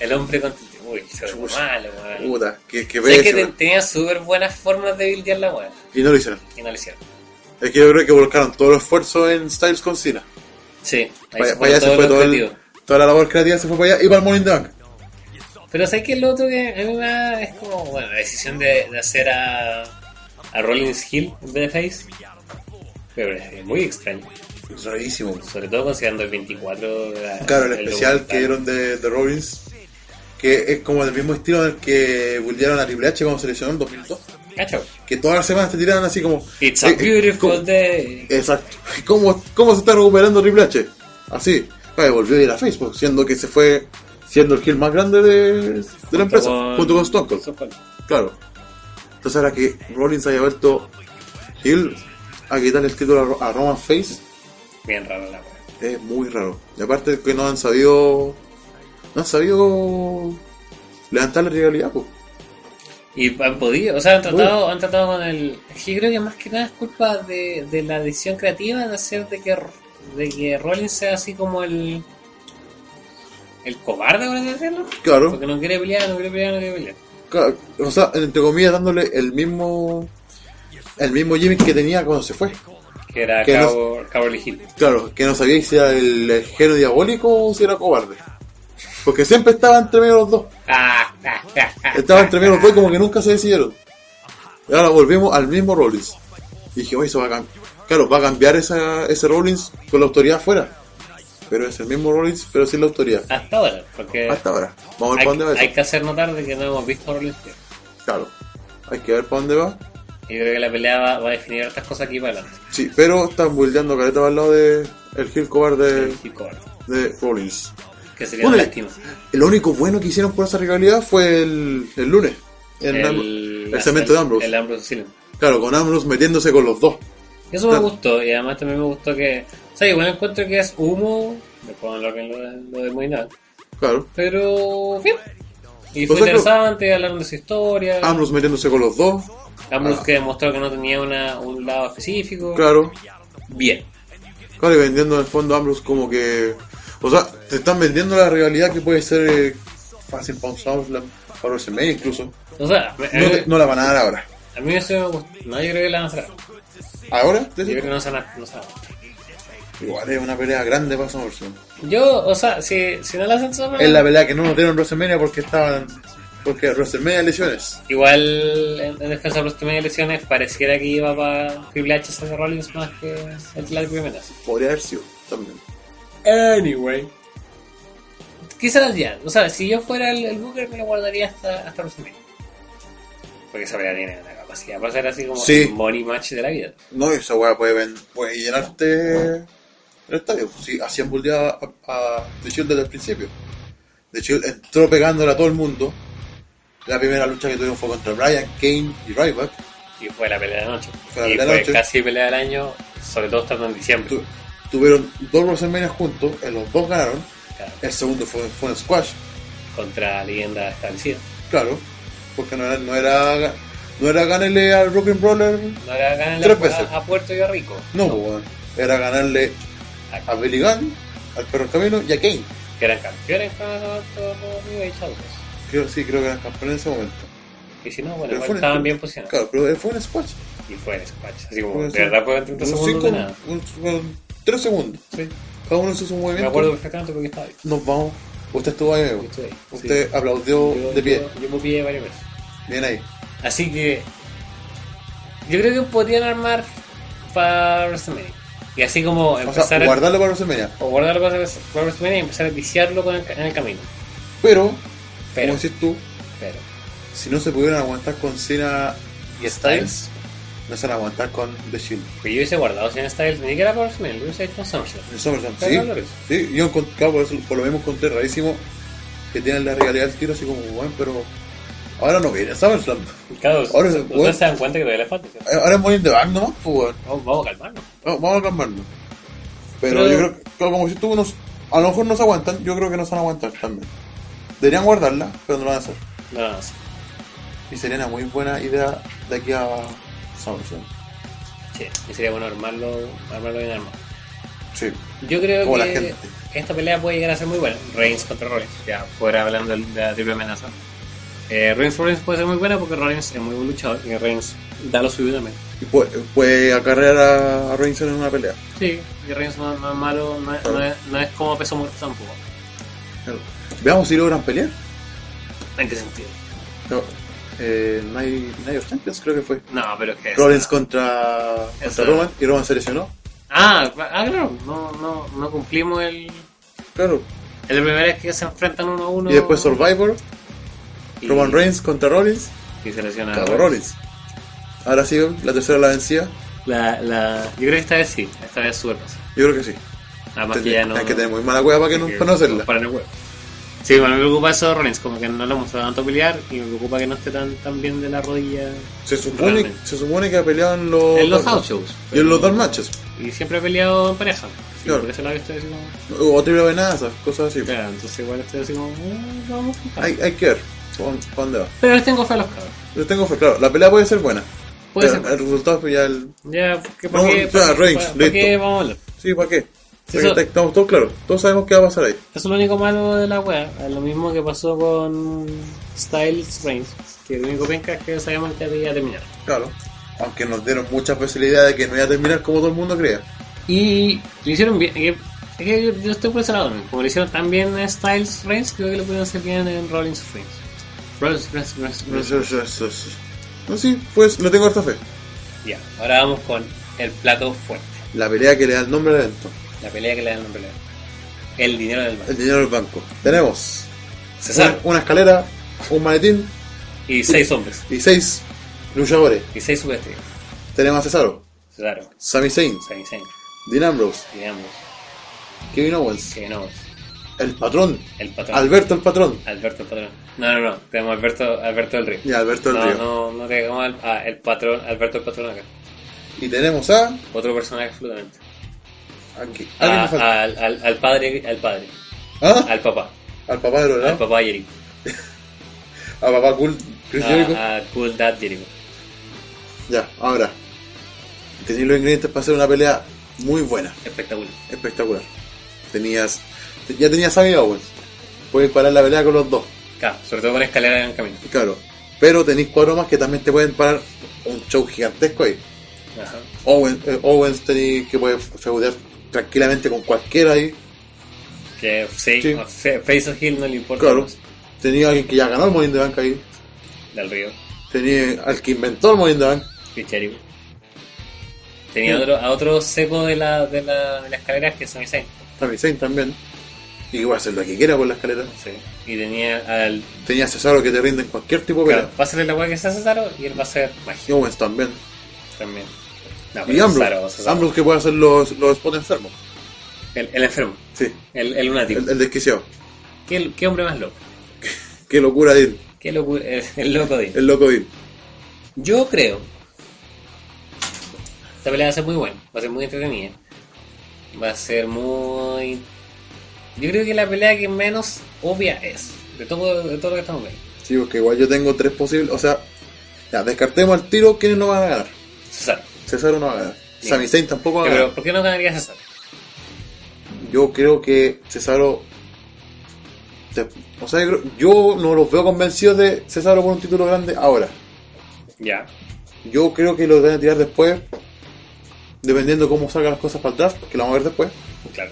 Speaker 2: El hombre con... Uy, se ve
Speaker 3: Chucha.
Speaker 2: malo, weón.
Speaker 3: Puta, que, que
Speaker 2: Sé
Speaker 3: ve
Speaker 2: que te- tenía súper buenas formas de buildear la weá.
Speaker 3: Y no lo hicieron.
Speaker 2: Y no lo hicieron.
Speaker 3: Es que yo creo que volcaron todo el esfuerzo en Styles con Cena.
Speaker 2: Sí, ahí
Speaker 3: Para
Speaker 2: se
Speaker 3: para allá se fue
Speaker 2: el
Speaker 3: todo el,
Speaker 2: objetivo.
Speaker 3: toda la labor creativa se fue para allá y para el Money in the Bank.
Speaker 2: Pero sé que el otro que es, una, es como, bueno, la decisión de, de hacer a, a Rollins Hill en vez de Face. Pero es muy extraño.
Speaker 3: Rarísimo.
Speaker 2: Sobre todo considerando el 24. de la-
Speaker 3: Claro, el
Speaker 2: del
Speaker 3: especial
Speaker 2: documental.
Speaker 3: que dieron de, de Rollins, que es como del mismo estilo del que bullearon a Triple H cuando se lesionó en 2002.
Speaker 2: Cacho.
Speaker 3: Que todas las semanas te tiran así como...
Speaker 2: It's a
Speaker 3: eh, eh,
Speaker 2: beautiful
Speaker 3: ¿cómo-
Speaker 2: day.
Speaker 3: Exacto. ¿Cómo, ¿Cómo se está recuperando Triple H? Así. Claro, volvió a ir a Facebook, siendo que se fue siendo el heel más grande de, de la empresa, junto con Stone Cold. Claro. Entonces ahora que Rollins haya vuelto heel a quitarle el título a Ro- a, Roman Face,
Speaker 2: Bien raro la weá.
Speaker 3: es muy raro. Y aparte que no han sabido... No han sabido... Levantar la rivalidad, pues.
Speaker 2: Y han podido, o sea, han tratado, han tratado con el. es que Yo creo que más que nada es culpa de, de la decisión creativa de hacer de que, de que Rollins sea así como el. el cobarde, por así decirlo.
Speaker 3: Claro.
Speaker 2: Porque no quiere pelear, no quiere pelear, no quiere pelear.
Speaker 3: Claro, O sea, entre comillas, dándole el mismo... El mismo gimmick que tenía cuando se fue.
Speaker 2: Que era
Speaker 3: Que no-
Speaker 2: Cow- Cowardly Hill.
Speaker 3: Claro, que no sabía si era el genio diabólico o si era cobarde. Porque siempre estaba entre medio los dos.
Speaker 2: Ah, ah, ah, ah.
Speaker 3: Estaba entre medio los dos y como que nunca se decidieron. Y ahora volvemos al mismo Rollins. Y dije, oye, eso va a cambiar. Claro, va a cambiar esa, ese Rollins con la autoridad afuera. Pero es el mismo Rollins, pero sin la autoridad.
Speaker 2: Hasta ahora, porque
Speaker 3: Hasta ahora. ah, Vamos
Speaker 2: Eh,
Speaker 3: a ver
Speaker 2: hay,
Speaker 3: para dónde va
Speaker 2: hay
Speaker 3: eso.
Speaker 2: que hacer notar de que no hemos visto Rollins. Field.
Speaker 3: Claro. Hay que ver para dónde va.
Speaker 2: Y creo que la pelea va, va a definir otras cosas aquí para adelante.
Speaker 3: Sí, pero están buldeando careta para el lado de el heel cobarde
Speaker 2: Y cobra,
Speaker 3: de Rollins.
Speaker 2: que sería
Speaker 3: Bueno,
Speaker 2: una lástima.
Speaker 3: Lo único bueno que hicieron por esa rivalidad fue el, el lunes. En Am- el, cemento de Ambrose.
Speaker 2: El Ambrose Asylum.
Speaker 3: Claro, con Ambrose metiéndose con los dos.
Speaker 2: Eso me
Speaker 3: Claro.
Speaker 2: gustó, y además también me gustó que. O sea, igual encuentro que es humo, después vamos a hablar bien lo de, lo de Moinat,
Speaker 3: Claro.
Speaker 2: pero bien. Y
Speaker 3: O
Speaker 2: fue
Speaker 3: sea, creo-
Speaker 2: interesante, hablaron de su historia.
Speaker 3: Ambrose metiéndose con los dos.
Speaker 2: Ambrose
Speaker 3: Ah.
Speaker 2: que demostró que no tenía una, un lado específico.
Speaker 3: Claro.
Speaker 2: Bien.
Speaker 3: Claro, y vendiendo en el fondo Ambrose como que. O sea, te están vendiendo la rivalidad que puede ser eh, fácil para un SummerSlam, para WrestleMania incluso.
Speaker 2: O sea, a mí,
Speaker 3: No, te- no la van a dar ahora.
Speaker 2: a mí eso me gustó. No, yo creo que la van a cerrar. Yo
Speaker 3: ¿Ahora? ¿Te
Speaker 2: creo
Speaker 3: digo?
Speaker 2: que no se van a- no se van a-
Speaker 3: Igual es una pelea grande para SummerSlam.
Speaker 2: Yo, o sea, si, si no la hacen cerrar,
Speaker 3: Es la pelea que no nos dieron en WrestleMania porque estaban. Porque WrestleMania lesiones.
Speaker 2: Igual en, en defensa de los temas de lesiones pareciera que iba para Triple H Seth Rollins más que el Clark Jiménez.
Speaker 3: Podría haber sido también.
Speaker 2: Anyway. Quizás ya. O sea, si yo fuera el, el Booker me lo guardaría hasta, hasta los meses. Porque esa pelea tiene una capacidad para ser así como
Speaker 3: Sí.
Speaker 2: el money match de la vida.
Speaker 3: No, esa weá puede, ven- puede llenarte el estadio. Sí, hacían bullear a, a The Shield desde el principio. The Shield entró pegándole a todo el mundo. La primera lucha que tuvieron fue contra Brian, Kane y Ryback.
Speaker 2: Y fue la pelea de la noche.
Speaker 3: Fue la
Speaker 2: y
Speaker 3: pelea de
Speaker 2: fue
Speaker 3: la noche.
Speaker 2: casi pelea del año, sobre todo estando en diciembre.
Speaker 3: Tu- tuvieron dos WrestleMania juntos, en los dos ganaron.
Speaker 2: Claro,
Speaker 3: El segundo fue, fue un squash,
Speaker 2: contra leyenda establecida.
Speaker 3: claro, porque no era, no era, no era ganarle al Rockin' Brawler,
Speaker 2: No era ganar
Speaker 3: Tres
Speaker 2: la-
Speaker 3: veces.
Speaker 2: a, a Puerto y a Rico.
Speaker 3: no, weón. era ganarle a Billy Gunn, al Perro en Camino y a Kane.
Speaker 2: Que eran campeones con esos los New Age Outlaws.
Speaker 3: Creo, sí, creo que eran campeones en ese momento.
Speaker 2: Y si no, bueno,
Speaker 3: Pero
Speaker 2: igual
Speaker 3: fue un
Speaker 2: estaban
Speaker 3: squash.
Speaker 2: bien posicionados.
Speaker 3: Claro, pero fue un squash.
Speaker 2: Y fue el squash. Así como,
Speaker 3: Fue
Speaker 2: de
Speaker 3: un-
Speaker 2: verdad fue en 30
Speaker 3: Un
Speaker 2: segundos
Speaker 3: cinco-
Speaker 2: de nada.
Speaker 3: un- un- tres segundos.
Speaker 2: Sí.
Speaker 3: Cada uno hizo su
Speaker 2: Me
Speaker 3: movimiento.
Speaker 2: acuerdo perfectamente porque estaba ahí.
Speaker 3: Nos vamos. Usted estuvo ahí,
Speaker 2: Yo
Speaker 3: amigo.
Speaker 2: estuve ahí.
Speaker 3: Usted
Speaker 2: Sí.
Speaker 3: aplaudió
Speaker 2: Yo-
Speaker 3: de pie.
Speaker 2: Yo, yo me pillé varias veces.
Speaker 3: Bien ahí.
Speaker 2: Así que. Yo creo que podrían armar para WrestleMania. Y así como
Speaker 3: O sea,
Speaker 2: empezar a.
Speaker 3: guardarlo para WrestleMania.
Speaker 2: O guardarlo para para WrestleMania y empezar a viciarlo con el, ca- en el camino.
Speaker 3: Pero,
Speaker 2: Pero.
Speaker 3: como decís tú,
Speaker 2: pero.
Speaker 3: si no se pudieran aguantar con Cena
Speaker 2: Y Styles.
Speaker 3: no se van a aguantar con The Shield.
Speaker 2: Pues yo hubiese guardado sin Styles ni siquiera para WrestleMania. Yo hubiese hecho un SummerSlam.
Speaker 3: En SummerSlam,
Speaker 2: Pero
Speaker 3: sí.
Speaker 2: no lo hizo.
Speaker 3: Sí, yo encont- claro, por, eso, por lo mismo encontré rarísimo que tienen la rivalidad del tiro así como, bueno, pero ahora no viene SummerSlam.
Speaker 2: Claro,
Speaker 3: Ahora,
Speaker 2: ustedes
Speaker 3: bueno.
Speaker 2: se dan cuenta que todavía le falta. ¿cierto?
Speaker 3: [LAUGHS] Ahora es Money in the Bank nomás, pues, weón.
Speaker 2: Vamos, vamos a calmarnos.
Speaker 3: No, Ah, vamos a calmarnos. Pero,
Speaker 2: Pero-
Speaker 3: yo creo que, claro, como si tú nos, a lo mejor nos aguantan, yo creo que nos van a aguantar también. Deberían guardarla, pero no lo van a hacer.
Speaker 2: No, no, sí.
Speaker 3: Y sería una muy buena idea de aquí a SummerSlam.
Speaker 2: Sí, y sería bueno armarlo, armarlo bien armado.
Speaker 3: Sí.
Speaker 2: Yo creo
Speaker 3: Como la
Speaker 2: que
Speaker 3: gente.
Speaker 2: esta pelea puede llegar a ser muy buena. Reigns contra Rollins, ya fuera hablando de la triple amenaza. Eh, Reigns Rollins puede ser muy buena porque Rollins es muy buen luchador y Reigns da lo suyo también.
Speaker 3: Y puede, puede acarrear a, a Reigns en una pelea.
Speaker 2: Sí, y Reigns no, no es malo, no es, no es- no es como peso muerto tampoco.
Speaker 3: Veamos si logran pelear.
Speaker 2: ¿En qué sentido?
Speaker 3: No, eh, Night, Night of Champions creo que fue.
Speaker 2: No, pero es que.
Speaker 3: Rollins contra, contra
Speaker 2: Esa.
Speaker 3: Roman y Roman se lesionó.
Speaker 2: Ah, cla- ah, claro, no, no, no cumplimos el.
Speaker 3: Claro.
Speaker 2: El primer es que se enfrentan uno a uno.
Speaker 3: Y después Survivor,
Speaker 2: y-
Speaker 3: Roman Reigns contra Rollins,
Speaker 2: Y se lesiona.
Speaker 3: cagó Rollins. Ahora sí, la tercera la vencida.
Speaker 2: La, la... Yo creo que esta vez sí, esta vez súper fácil.
Speaker 3: Yo creo que sí.
Speaker 2: Además que ya
Speaker 3: Tendría-
Speaker 2: no.
Speaker 3: Hay que tener muy mala hueá para que no, para no hacerla.
Speaker 2: Para no huevo. Sí, bueno, me preocupa eso de Rollins, como que no lo mostrado tanto pelear y me preocupa que no esté tan, tan bien de la rodilla
Speaker 3: Se supone,
Speaker 2: Realmente.
Speaker 3: se supone que ha peleado en los,
Speaker 2: en los
Speaker 3: dos-
Speaker 2: house shows.
Speaker 3: Oh, Y en los dos matches.
Speaker 2: Y siempre he peleado en pareja. Sí,
Speaker 3: Claro.
Speaker 2: Por eso la he visto así como.
Speaker 3: O triple amenaza, cosas así.
Speaker 2: Claro, entonces igual estoy así como. "Mm, vamos con calma".
Speaker 3: Hay, hay que ver pa- pa' dónde va.
Speaker 2: Pero les tengo fe a los cabros.
Speaker 3: Yo tengo fe, claro, la pelea puede ser buena.
Speaker 2: Puede
Speaker 3: pero
Speaker 2: ser.
Speaker 3: El resultado fue ya el.
Speaker 2: Ya, ¿qué,
Speaker 3: No,
Speaker 2: qué,
Speaker 3: espera,
Speaker 2: pa-
Speaker 3: Reigns,
Speaker 2: pa- pa-
Speaker 3: listo.
Speaker 2: qué vamos a hablar?
Speaker 3: Sí, ¿para qué?
Speaker 2: Sí,
Speaker 3: Porque
Speaker 2: eso-
Speaker 3: Estamos todos claros, todos sabemos qué va a pasar ahí.
Speaker 2: Eso es lo único malo de la wea. Es lo mismo que pasó con Styles Reigns. Que el único penca es que sabemos que había terminado.
Speaker 3: Claro. Aunque nos dieron muchas veces la idea de que no iba a terminar como todo el mundo creía.
Speaker 2: Y lo hicieron bien. eh, Es que yo, yo estoy por ese lado. ¿no? Como lo hicieron tan bien en Styles Reigns, creo que lo pudieron hacer bien en Rollins Reigns. Rollins, Reigns, Reigns, Reigns.
Speaker 3: No, sí, pues le tengo harta fe.
Speaker 2: Ya, ahora vamos con el plato fuerte.
Speaker 3: La pelea que le da el nombre al evento.
Speaker 2: La pelea que le dan nombre al evento. El dinero del banco.
Speaker 3: El dinero del banco. Tenemos
Speaker 2: César.
Speaker 3: una, una escalera, un maletín
Speaker 2: Y seis hombres.
Speaker 3: y seis luchadores.
Speaker 2: Y seis subestimados.
Speaker 3: Tenemos a Cesaro,
Speaker 2: César.
Speaker 3: Sami Zayn,
Speaker 2: San Vicente.
Speaker 3: Dean Ambrose,
Speaker 2: Digamos.
Speaker 3: Kevin Owens,
Speaker 2: Que no.
Speaker 3: el patrón,
Speaker 2: El patrón.
Speaker 3: Alberto el patrón.
Speaker 2: Alberto el patrón. No, no, no. Tenemos a Alberto, Alberto del Río.
Speaker 3: Y Alberto el
Speaker 2: no,
Speaker 3: Río.
Speaker 2: no, no te hagamos al ah, el patrón, Alberto el patrón acá.
Speaker 3: Y tenemos a.
Speaker 2: Otro personaje absolutamente.
Speaker 3: Aquí. Alguien
Speaker 2: A-
Speaker 3: me falta.
Speaker 2: Ah, al, al, al padre, al padre,
Speaker 3: ¿Ah?
Speaker 2: al papá,
Speaker 3: Al papá de los
Speaker 2: al papá Jericho.
Speaker 3: A papá cool.
Speaker 2: Ah,
Speaker 3: Chris Jericho.
Speaker 2: A, a Cool Dad Jericho.
Speaker 3: Ya, ahora. Tenéis los ingredientes para hacer una pelea muy buena,
Speaker 2: Espectacular.
Speaker 3: espectacular. Tenías. te- Ya tenías a Sammy Owens. Puedes parar la pelea con los dos,
Speaker 2: Claro, sobre todo con escalera en el camino.
Speaker 3: claro. Pero tenéis cuatro más que también te pueden parar un show gigantesco ahí.
Speaker 2: Ajá.
Speaker 3: Owens, eh, Owens tenéis que puede feudear tranquilamente con cualquiera ahí.
Speaker 2: Que sí,
Speaker 3: Sí.
Speaker 2: a Fe- Face of Hill no le importa
Speaker 3: Claro.
Speaker 2: más.
Speaker 3: Tenía alguien que ya ganó el Molin de Bank ahí.
Speaker 2: Del Río,
Speaker 3: Tenía al que inventó el Molin de Bank.
Speaker 2: Chris Jericho. Tenía otro, a otro seco de la, de la, de la escalera que es Sami Zayn.
Speaker 3: Sami Zayn también. Y que puede hacer lo que quiera con la escalera.
Speaker 2: Sí. Y tenía al.
Speaker 3: Tenía a Cesaro que te rinde en cualquier tipo de pelea.
Speaker 2: Claro, va a ser la weá que sea Cesaro y él va a ser
Speaker 3: Y
Speaker 2: magia
Speaker 3: Owens también.
Speaker 2: también. No,
Speaker 3: Y
Speaker 2: pero Cesaro,
Speaker 3: Ambrose,
Speaker 2: Cesaro.
Speaker 3: Ambrose que puede hacer los, los spots enfermos.
Speaker 2: El, el enfermo,
Speaker 3: Sí,
Speaker 2: el, el lunático.
Speaker 3: el, el desquiciado.
Speaker 2: ¿Qué, qué hombre más loco?
Speaker 3: Qué locura Dean,
Speaker 2: Qué locura, el, el loco de.
Speaker 3: el loco Dean.
Speaker 2: Yo creo. Esta pelea va a ser muy buena, va a ser muy entretenida. Va a ser muy. Yo creo que la pelea que menos obvia es. De todo, de todo lo que estamos viendo.
Speaker 3: Sí, porque igual yo tengo tres posibles. O sea, ya, descartemos al tiro quiénes no van a ganar.
Speaker 2: César.
Speaker 3: Cesaro no va a ganar.
Speaker 2: Sí.
Speaker 3: Sami Zayn tampoco va a ganar.
Speaker 2: Pero ¿por qué no ganaría César?
Speaker 3: Yo creo que Cesaro. te- o sea, yo, creo- yo no los veo convencidos de Cesaro por un título grande ahora.
Speaker 2: Ya.
Speaker 3: Yo creo que lo van a tirar después. Dependiendo cómo salgan las cosas para el draft, que lo vamos a ver después.
Speaker 2: Claro.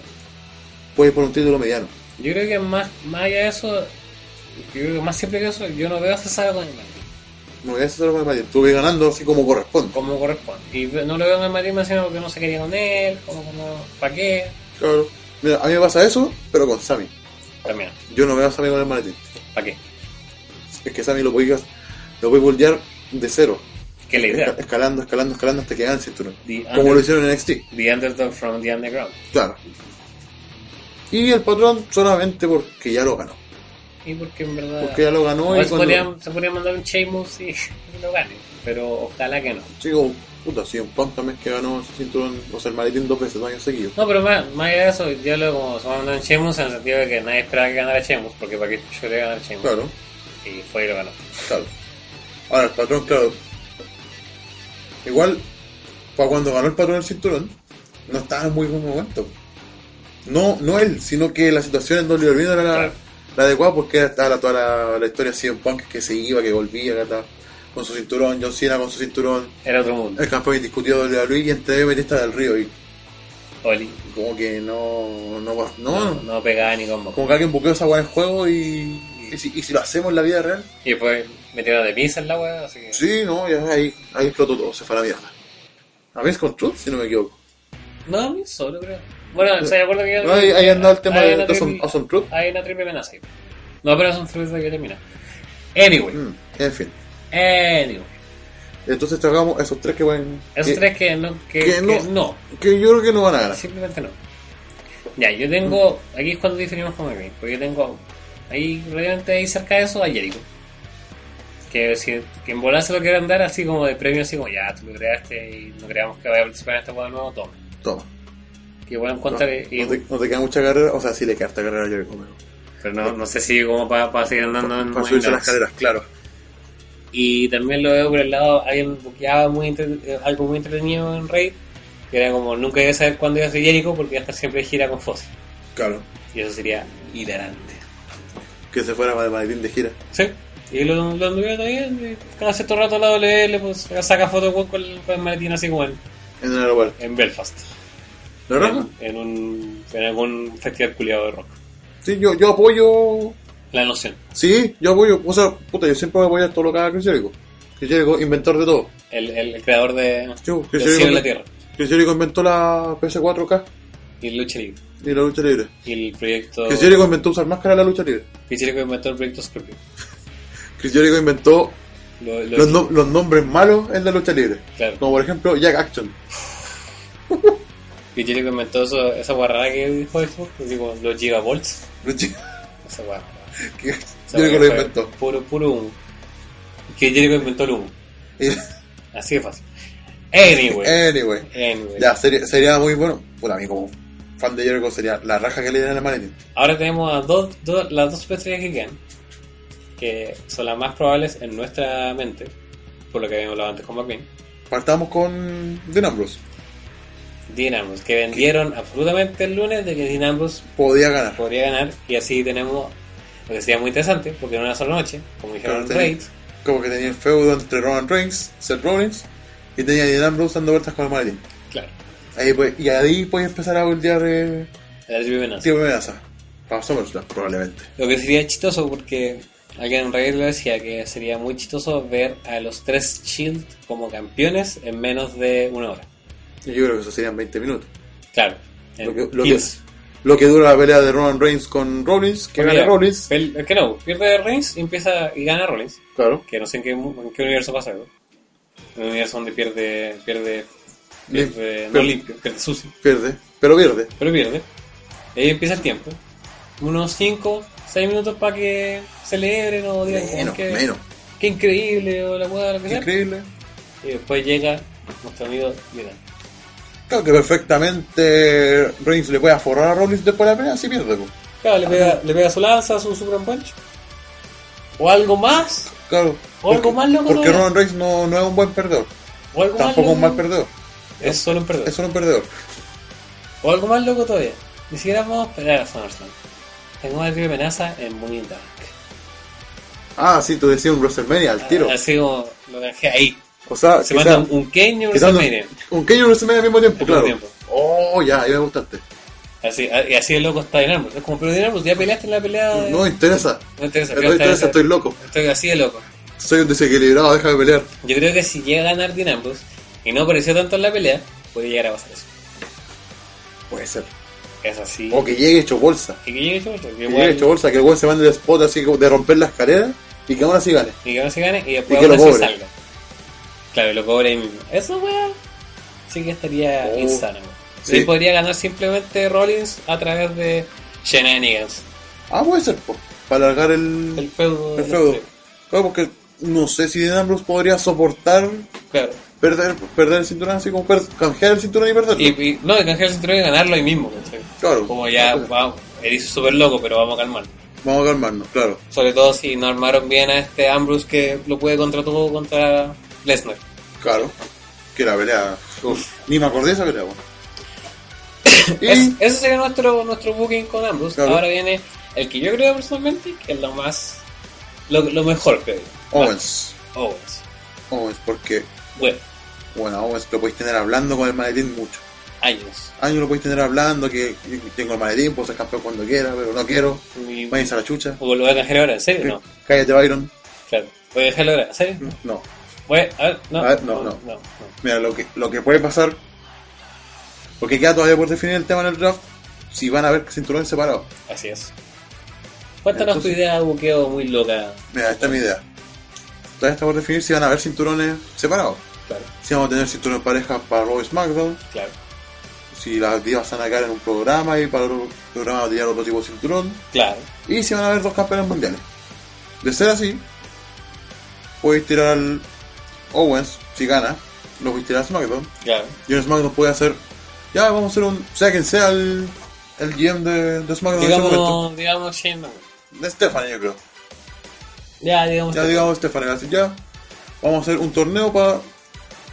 Speaker 3: Puede ir por un título mediano.
Speaker 2: Yo creo que más, más allá de eso, yo creo que más simple que eso, yo no veo a César con el Madrid.
Speaker 3: No voy a Cesaro con el Madrid. Tú vas ganando así como corresponde.
Speaker 2: Como corresponde. Y no lo veo en el Madrid más sino porque no se quería con él, como que no. ¿Para qué?
Speaker 3: Claro. Mira, a mí me pasa eso, pero con Sammy.
Speaker 2: También.
Speaker 3: Yo no veo a Sammy con el maletín.
Speaker 2: ¿Para qué?
Speaker 3: Es que Sammy lo podías, lo podías moldear de cero.
Speaker 2: ¿Qué es la idea? Ah,
Speaker 3: Esca- escalando, escalando, escalando hasta que gane el cinturón.
Speaker 2: The
Speaker 3: Como
Speaker 2: under-
Speaker 3: lo hicieron en NXT.
Speaker 2: The Underdog from the Underground.
Speaker 3: Claro. Y el patrón solamente porque ya lo ganó.
Speaker 2: Y porque en verdad.
Speaker 3: Porque ya lo ganó
Speaker 2: igual
Speaker 3: y
Speaker 2: se,
Speaker 3: cuando...
Speaker 2: podría, se podría mandar un Sheamus y y [LAUGHS] lo gane. Pero ojalá que no.
Speaker 3: Chico, puta, si un punk también que ganó ese cinturón, o sea, el maletín dos veces, dos años seguidos.
Speaker 2: No, pero más, más allá de eso, yo lo como se mandó un Sheamus en el sentido de que nadie esperaba que ganara Sheamus, porque para qué yo le iba a ganar Sheamus.
Speaker 3: Claro,
Speaker 2: Y fue y lo ganó.
Speaker 3: claro. Ahora, el patrón, claro. Igual, para cuando ganó el patrón el cinturón, no estaba en muy buen momento. No, no él, sino que la situación en WWE no era la,
Speaker 2: Claro.
Speaker 3: la adecuada porque estaba la- toda la, la historia así en punk que se iba, que volvía, que estaba con su cinturón, John Cena con su cinturón,
Speaker 2: Era otro mundo.
Speaker 3: el campeón indiscutido de WWE y entre medio metiste del río y
Speaker 2: Oli.
Speaker 3: como que no, no, va-
Speaker 2: No,
Speaker 3: no,
Speaker 2: no pegaba ni combo.
Speaker 3: como que alguien buqueó esa weá en juego y, y, si, y si lo hacemos en la vida real,
Speaker 2: Y después metieron de pizza en la wea, así que.
Speaker 3: sí, no, ya ahí, ahí explotó todo, se fue a la mierda. A Vince con Truth, si no me equivoco.
Speaker 2: No, a mí solo creo. Bueno, o sea, de acuerdo que
Speaker 3: No, ahí, ahí andaba el tema
Speaker 2: Hay
Speaker 3: de,
Speaker 2: una
Speaker 3: de Awesome-
Speaker 2: triple-
Speaker 3: Awesome Truth.
Speaker 2: Hay una triple amenaza ahí. No, pero son tres de que termina. Anyway,
Speaker 3: Mm, en fin.
Speaker 2: anyway.
Speaker 3: Entonces tragamos esos tres que pueden.
Speaker 2: Esos
Speaker 3: que,
Speaker 2: tres que no, que,
Speaker 3: que
Speaker 2: que
Speaker 3: no.
Speaker 2: no,
Speaker 3: que yo creo que no van a ganar.
Speaker 2: simplemente no. Ya, yo tengo,
Speaker 3: Mm.
Speaker 2: aquí es cuando diferimos con Melvin, porque yo tengo ahí, realmente ahí cerca de eso, a Jericho. Que, si, que en volar se lo quieran dar así como de premio, así como ya, tú lo creaste y no creamos que vaya a participar en esta juego de nuevo, toma.
Speaker 3: Toma.
Speaker 2: Que igual
Speaker 3: No, no
Speaker 2: encuentra que... y-
Speaker 3: te, no te queda mucha carrera, o sea, sí le queda esta carrera a Jericho. pero-
Speaker 2: pero no, no sé si como para seguir andando en
Speaker 3: Para subirse a
Speaker 2: Moonlights.
Speaker 3: las carreras, claro.
Speaker 2: Y también lo veo por el lado, alguien buqueaba muy entre- eh, algo muy entretenido en Raid, que era como nunca iba a saber cuándo iba a ser Jericho porque iba a estar siempre de gira con Fossil.
Speaker 3: Claro.
Speaker 2: Y eso sería hilarante.
Speaker 3: Que se fuera para el maletín de gira.
Speaker 2: Sí, y lo, lo anduvieron también. y Cada cierto rato la WL pues, saca fotos con, con el maletín así como en,
Speaker 3: En el aeropuerto.
Speaker 2: en Belfast.
Speaker 3: ¿La verdad?
Speaker 2: En, en un, en algún festival culiado de rock.
Speaker 3: Sí, yo, yo apoyo
Speaker 2: La noción,
Speaker 3: Sí, yo apoyo, o sea, puta, yo siempre voy a apoyar todo lo que haga Chris Jericho. Chris Jericho, inventor de todo.
Speaker 2: el, el, creador de,
Speaker 3: Yo,
Speaker 2: del
Speaker 3: Chris
Speaker 2: cielo y la
Speaker 3: Jericho,
Speaker 2: tierra
Speaker 3: Chris Jericho inventó la PS4K.
Speaker 2: y lucha libre.
Speaker 3: y la lucha libre.
Speaker 2: Y el proyecto.
Speaker 3: Chris Jericho inventó usar máscara en la lucha libre.
Speaker 2: Chris Jericho inventó el proyecto Scorpio.
Speaker 3: Chris Jericho inventó
Speaker 2: Lo- lo-
Speaker 3: los, nom- los nombres malos en la lucha libre.
Speaker 2: Claro.
Speaker 3: Como por ejemplo Jack Action. [LAUGHS]
Speaker 2: Chris Jericho inventó eso- esa guarrada que dijo después, así como los gigavolts. Esa guarra. Esa
Speaker 3: Jericho lo
Speaker 2: guarra fue
Speaker 3: inventó.
Speaker 2: Puro, puro humo. Chris Jericho inventó el humo.
Speaker 3: Y-
Speaker 2: Así de fácil. Anyway.
Speaker 3: anyway.
Speaker 2: anyway.
Speaker 3: Eh, Ya, sería, sería muy bueno. Bueno, a mí como fan de Jericho sería la raja que le dieran el maletín.
Speaker 2: Ahora tenemos a dos, dos- las dos superestrellas que quedan, que son las más probables en nuestra mente, por lo que habíamos hablado antes con McQueen.
Speaker 3: Partamos con Dean Ambrose.
Speaker 2: Dean Ambrose, que vendieron absolutamente el lunes de que Dean Ambrose
Speaker 3: Podía ganar.
Speaker 2: podría ganar, y así tenemos lo que sería muy interesante, porque en una sola noche, como dijeron
Speaker 3: Claro,
Speaker 2: los
Speaker 3: tenía-
Speaker 2: Raids,
Speaker 3: Como que tenía el feudo entre Roman Reigns, Seth Rollins y tenía a Dean Ambrose dando vueltas con el maletín.
Speaker 2: claro,
Speaker 3: Ahí pues- y ahí puedes empezar a voltear eh,
Speaker 2: la tribu de Venance.
Speaker 3: Tío Amenaza. Para SummerSlam, probablemente.
Speaker 2: Lo que sería chistoso, porque alguien en Reddit lo decía, que sería muy chistoso ver a los tres Shield como campeones en menos de una hora.
Speaker 3: Yo creo que eso serían 20 minutos.
Speaker 2: Claro, Eh, Pues en
Speaker 3: Lo que, lo, que,
Speaker 2: 15.
Speaker 3: lo que dura la pelea de Roman Reigns con Rollins, que
Speaker 2: Porque ya,
Speaker 3: gana Rollins.
Speaker 2: pel- es que no, pierde Reigns y empieza y gana Rollins.
Speaker 3: Claro.
Speaker 2: Que no sé en qué, mu- en qué universo pasa eso. En un universo donde pierde. pierde.
Speaker 3: Lim-
Speaker 2: pierde no
Speaker 3: pero-
Speaker 2: limpio, pierde sucio,
Speaker 3: Pierde, pero pierde.
Speaker 2: pero pierde. Y ahí empieza el tiempo. Unos 5, 6 minutos para que celebren o digan
Speaker 3: Menos,
Speaker 2: que,
Speaker 3: menos.
Speaker 2: que increíble o la hueá, lo que sea.
Speaker 3: Increíble.
Speaker 2: Y después llega nuestro amigo Jordan.
Speaker 3: Claro que perfectamente Reigns le puede forrar a Rollins después de la pelea, si pierde. pues.
Speaker 2: Claro, le pega, le pega su lanza, su super punch. O algo más.
Speaker 3: Claro.
Speaker 2: O algo más loco
Speaker 3: Porque
Speaker 2: no es.
Speaker 3: Roman Reigns no, no es un buen perdedor.
Speaker 2: O algo
Speaker 3: Tampoco
Speaker 2: más
Speaker 3: un mal
Speaker 2: loco.
Speaker 3: perdedor.
Speaker 2: Es solo un perdedor.
Speaker 3: Es solo un perdedor.
Speaker 2: O algo más loco todavía. Ni siquiera vamos a esperar a SummerSlam. Tengo una triple amenaza en Money in the Bank.
Speaker 3: Ah, sí, tú decías un WrestleMania al tiro.
Speaker 2: Así como lo dejé ahí.
Speaker 3: O sea,
Speaker 2: Ah, Se
Speaker 3: quizá-
Speaker 2: manda un Kane y un
Speaker 3: quizá un-
Speaker 2: WrestleMania.
Speaker 3: un Kane y un WrestleMania al mismo tiempo,
Speaker 2: Al
Speaker 3: claro.
Speaker 2: mismo tiempo.
Speaker 3: Oh, ya, ahí me gustaste.
Speaker 2: Así, y así de loco está Dynamite. Es como, pero Dynamite, ya peleaste en la pelea. de-
Speaker 3: No me interesa.
Speaker 2: no interesa.
Speaker 3: No
Speaker 2: quiero estar
Speaker 3: me interesa,
Speaker 2: en esa-
Speaker 3: estoy loco.
Speaker 2: Estoy así de loco.
Speaker 3: Soy un desequilibrado, déjame pelear.
Speaker 2: Yo creo que si llega a ganar Dynamite y no apareció tanto en la pelea, puede llegar a pasar eso.
Speaker 3: Puede ser.
Speaker 2: Es así.
Speaker 3: O que llegue hecho bolsa.
Speaker 2: Y que llegue hecho bolsa, que
Speaker 3: Que
Speaker 2: igual-
Speaker 3: llegue hecho bolsa, que el weón se mande el spot así como de romper la escalera y que aún así gane.
Speaker 2: Y que no se gane y después
Speaker 3: Y que
Speaker 2: ahora
Speaker 3: lo
Speaker 2: sí
Speaker 3: cobre.
Speaker 2: salga. Claro, y lo cobre ahí mismo. Eso, weón, sí que estaría
Speaker 3: Oh.
Speaker 2: insano. weón.
Speaker 3: Sí.
Speaker 2: Sí. podría ganar simplemente Rollins a través de shenanigans.
Speaker 3: Ah, puede ser, po. Para alargar el,
Speaker 2: El feudo.
Speaker 3: el
Speaker 2: de los
Speaker 3: feudo.
Speaker 2: tres.
Speaker 3: Claro, porque no sé si Dan Ambrose podría soportar
Speaker 2: Claro.
Speaker 3: perder, perder el cinturón así como per- canjear el cinturón y perderlo.
Speaker 2: Y, y- no, de canjear el cinturón y ganarlo ahí mismo. ¿cachai?
Speaker 3: Claro.
Speaker 2: Como ya,
Speaker 3: Claro.
Speaker 2: vamos, eres súper loco, pero vamos a calmar.
Speaker 3: Vamos a calmarnos, claro.
Speaker 2: Sobre todo si no armaron bien a este Ambrose que lo puede contra todo contra Lesnar.
Speaker 3: Claro. Que la pelea. Uf, ni me acordé de esa
Speaker 2: [COUGHS]
Speaker 3: pelea, po. Y
Speaker 2: Es- ese sería nuestro, nuestro booking con ambos.
Speaker 3: Claro.
Speaker 2: Ahora viene el que yo creo personalmente que es lo más. lo, lo mejor, creo. yo.
Speaker 3: Owens.
Speaker 2: Owens.
Speaker 3: Owens, porque,
Speaker 2: Bueno,
Speaker 3: bueno, a Owens lo podéis tener hablando con el maletín mucho.
Speaker 2: años.
Speaker 3: años lo podéis tener hablando, que que tengo el maletín, puedo ser campeón cuando quiera, pero no quiero.
Speaker 2: Y-
Speaker 3: Váyanse a la chucha.
Speaker 2: ¿O lo voy a canjear ahora? ¿En serio? No.
Speaker 3: Cállate, Byron.
Speaker 2: Claro. ¿Voy a dejarlo ahora? ¿En serio?
Speaker 3: No.
Speaker 2: Voy a, a ver, no.
Speaker 3: A ver, no, no. Mira, lo que, lo que puede pasar, porque queda todavía por definir el tema en el draft, si van a haber cinturones separados.
Speaker 2: Así es. Cuéntanos
Speaker 3: Entonces-
Speaker 2: tu idea de buqueo muy loca.
Speaker 3: Mira, esta es mi idea. Todavía está por definir si van a haber cinturones separados.
Speaker 2: Claro,
Speaker 3: Si vamos a tener cinturones parejas para Raw y SmackDown,
Speaker 2: claro.
Speaker 3: si las divas van a caer en un programa y para otro programa va a tirar otro tipo de cinturón.
Speaker 2: Claro.
Speaker 3: y se van a ver dos campeones mundiales. De ser así, puedes tirar al Owens si gana, lo puedes tirar a SmackDown.
Speaker 2: Claro.
Speaker 3: Y en SmackDown puede hacer, ya vamos a hacer un, sea quien sea el, el GM de, de SmackDown en ese momento.
Speaker 2: Digamos, digamos, Shane McMahon.
Speaker 3: De Stephanie, yo creo.
Speaker 2: Ya, digamos.
Speaker 3: Ya digamos Stephanie, así ya, vamos a hacer un torneo para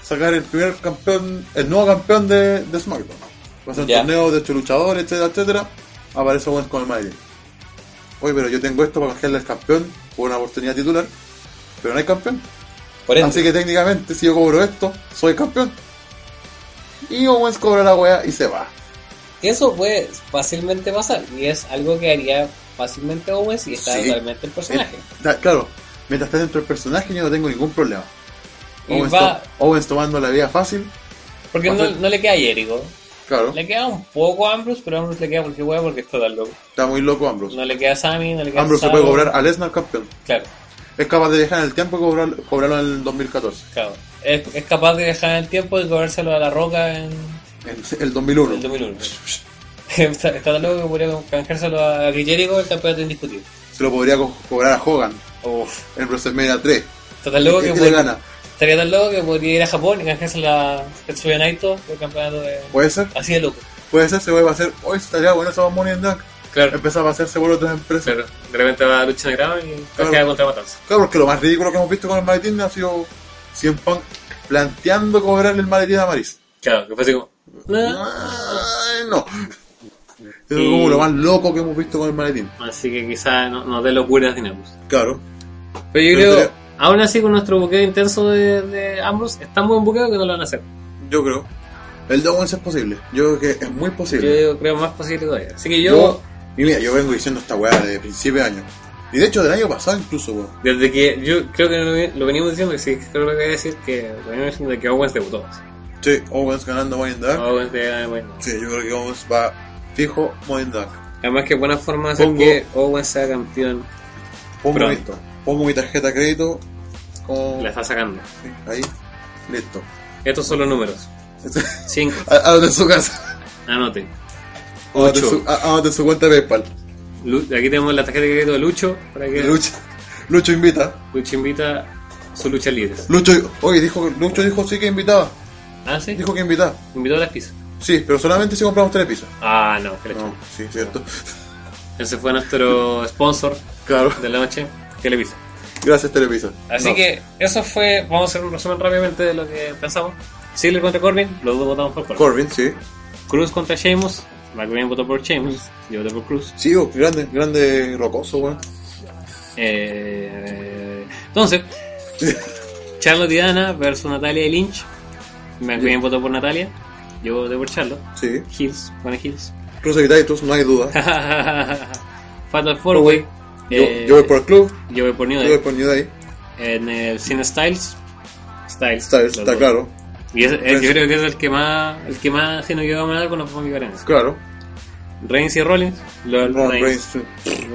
Speaker 3: sacar el primer campeón, el nuevo campeón de, de SmackDown. Va a ser un
Speaker 2: Ya.
Speaker 3: torneo de ocho luchadores, etcétera, etcétera. Aparece Owens con el Madrid. Oye, pero yo tengo esto para canjearle al campeón por una oportunidad titular, pero no hay campeón.
Speaker 2: Por ende,
Speaker 3: Así que técnicamente, si yo cobro esto, soy campeón. Y Owens cobra la wea y se va.
Speaker 2: Eso puede fácilmente pasar y es algo que haría fácilmente Owens y está
Speaker 3: Sí.
Speaker 2: totalmente el personaje.
Speaker 3: Eh, da- claro, mientras está dentro del personaje, yo no tengo ningún problema.
Speaker 2: Y
Speaker 3: Owens,
Speaker 2: va-
Speaker 3: to- Owens tomando la vida fácil,
Speaker 2: Porque
Speaker 3: va a
Speaker 2: no,
Speaker 3: ser-
Speaker 2: no le queda a Jericho,
Speaker 3: Claro,
Speaker 2: Le queda un poco a Ambrose, pero a Ambrose le queda porque hueá porque está tan loco.
Speaker 3: está muy loco Ambrose.
Speaker 2: No le queda a Sammy, no le queda a
Speaker 3: Ambrose se
Speaker 2: Sabo.
Speaker 3: puede cobrar a Lesnar campeón.
Speaker 2: Claro,
Speaker 3: Es capaz de dejar en el tiempo y cobrar, cobrarlo en el 2014.
Speaker 2: claro. Es, es capaz de dejar el tiempo y cobrárselo a la roca en
Speaker 3: En el 2001.
Speaker 2: el
Speaker 3: [LAUGHS]
Speaker 2: 2001. está, está tan loco que podría canjeárselo a Chris Jericho el campeonato indiscutible.
Speaker 3: Se lo podría co- cobrar a Hogan
Speaker 2: Uf,
Speaker 3: en WrestleMania 3.
Speaker 2: está tan loco
Speaker 3: ¿Qué-
Speaker 2: que
Speaker 3: qué le
Speaker 2: podría-
Speaker 3: gana?
Speaker 2: estaría tan loco que podría ir a Japón y canjeárselo a Tetsuya Naito el campeonato de...
Speaker 3: ¿Puede ser?
Speaker 2: Así de loco.
Speaker 3: Puede ser, se vuelve a hacer. Hoy estaría bueno esa Money in the Bank.
Speaker 2: Claro,
Speaker 3: Empezaba a hacerse por otras empresas.
Speaker 2: claro. De repente va a lucha negra y canjea
Speaker 3: Claro.
Speaker 2: contra Matanza.
Speaker 3: Claro, porque lo más ridículo que hemos visto con el maletín ha sido 100 Punk planteando cobrarle el maletín a Maris.
Speaker 2: Claro, que fue así como... "Ah". "Nah".
Speaker 3: Ay, no. Es
Speaker 2: Y-
Speaker 3: como lo más loco que hemos visto con el maletín.
Speaker 2: Así que quizás no, no dé locuras Dinamus.
Speaker 3: Claro.
Speaker 2: Pero yo
Speaker 3: Pero
Speaker 2: creo,
Speaker 3: creo-
Speaker 2: aún así con nuestro buqueo intenso de, de Ambrose, es tan buen buqueo que no lo van a hacer.
Speaker 3: Yo creo. El de Owens es posible. Yo creo que es muy
Speaker 2: Yo
Speaker 3: posible.
Speaker 2: digo, creo más posible todavía. Así que yo,
Speaker 3: Yo, y mira, yo vengo diciendo esta weá desde principio de año. Y de hecho, del año pasado incluso, weón.
Speaker 2: desde que yo creo que lo, lo venimos diciendo, que sí, creo que voy a decir que lo venimos diciendo de que Owens debutó.
Speaker 3: Sí, Owens ganando Money in the Bank.
Speaker 2: Owens de, bueno.
Speaker 3: Sí, yo creo que Owens va fijo Money in the Bank.
Speaker 2: Además que buena forma de hacer
Speaker 3: Pongo-
Speaker 2: que Owens sea campeón,
Speaker 3: Pongo, mi,
Speaker 2: Pronto.
Speaker 3: pongo mi tarjeta de crédito. Como,
Speaker 2: la está sacando.
Speaker 3: sí, ahí. Listo.
Speaker 2: Estos son los [LAUGHS] números. 5,
Speaker 3: A- Abre su casa.
Speaker 2: anote.
Speaker 3: Ámate
Speaker 2: Ocho.
Speaker 3: su, á- ámate su cuenta de PayPal.
Speaker 2: Lu- aquí tenemos la tarjeta de crédito de Lucho, para que Lucho,
Speaker 3: Lucho, Lucho invita.
Speaker 2: invita su lucha libres.
Speaker 3: Lucho, oye, dijo, Lucho dijo sí que invitaba.
Speaker 2: Ah, sí,
Speaker 3: Dijo que invitaba.
Speaker 2: invitó a las pizzas.
Speaker 3: Sí, pero solamente si compramos tres pisos.
Speaker 2: Ah, no, que la
Speaker 3: No, sí, cierto.
Speaker 2: Ese fue nuestro sponsor
Speaker 3: Claro.
Speaker 2: de la noche, Televisa.
Speaker 3: Gracias, Televisa.
Speaker 2: Así
Speaker 3: No.
Speaker 2: que eso fue, vamos a hacer un resumen rápidamente de lo que pensamos. Ziggler contra Corbin, los dos votamos por Corbin.
Speaker 3: Corbin, sí.
Speaker 2: Cruz contra Sheamus, McMahon votó por Sheamus, yo voté por Cruz.
Speaker 3: Sí, oh, grande, grande rocoso, weón.
Speaker 2: Eh,
Speaker 3: [LAUGHS]
Speaker 2: entonces, Charlotte y Diana versus Natalia y Lynch. McMahon votó por Natalia, yo voté por Charlotte.
Speaker 3: Sí.
Speaker 2: Hills, Juana Hills. [LAUGHS]
Speaker 3: Cruz Evitaitus, no hay duda.
Speaker 2: Fatal Four Way.
Speaker 3: Yo, yo voy por el club,
Speaker 2: Eh, yo voy por New
Speaker 3: yo
Speaker 2: Day.
Speaker 3: voy por New Day.
Speaker 2: en el cine Styles. Styles,
Speaker 3: Está,
Speaker 2: los
Speaker 3: está
Speaker 2: dos.
Speaker 3: claro.
Speaker 2: Y es, es- yo creo que es el que más, el que más se nos quedó mal con los Funky Guardians.
Speaker 3: Claro.
Speaker 2: Reigns y Rollins, los
Speaker 3: Ron Reigns,
Speaker 2: Reigns.
Speaker 3: sí.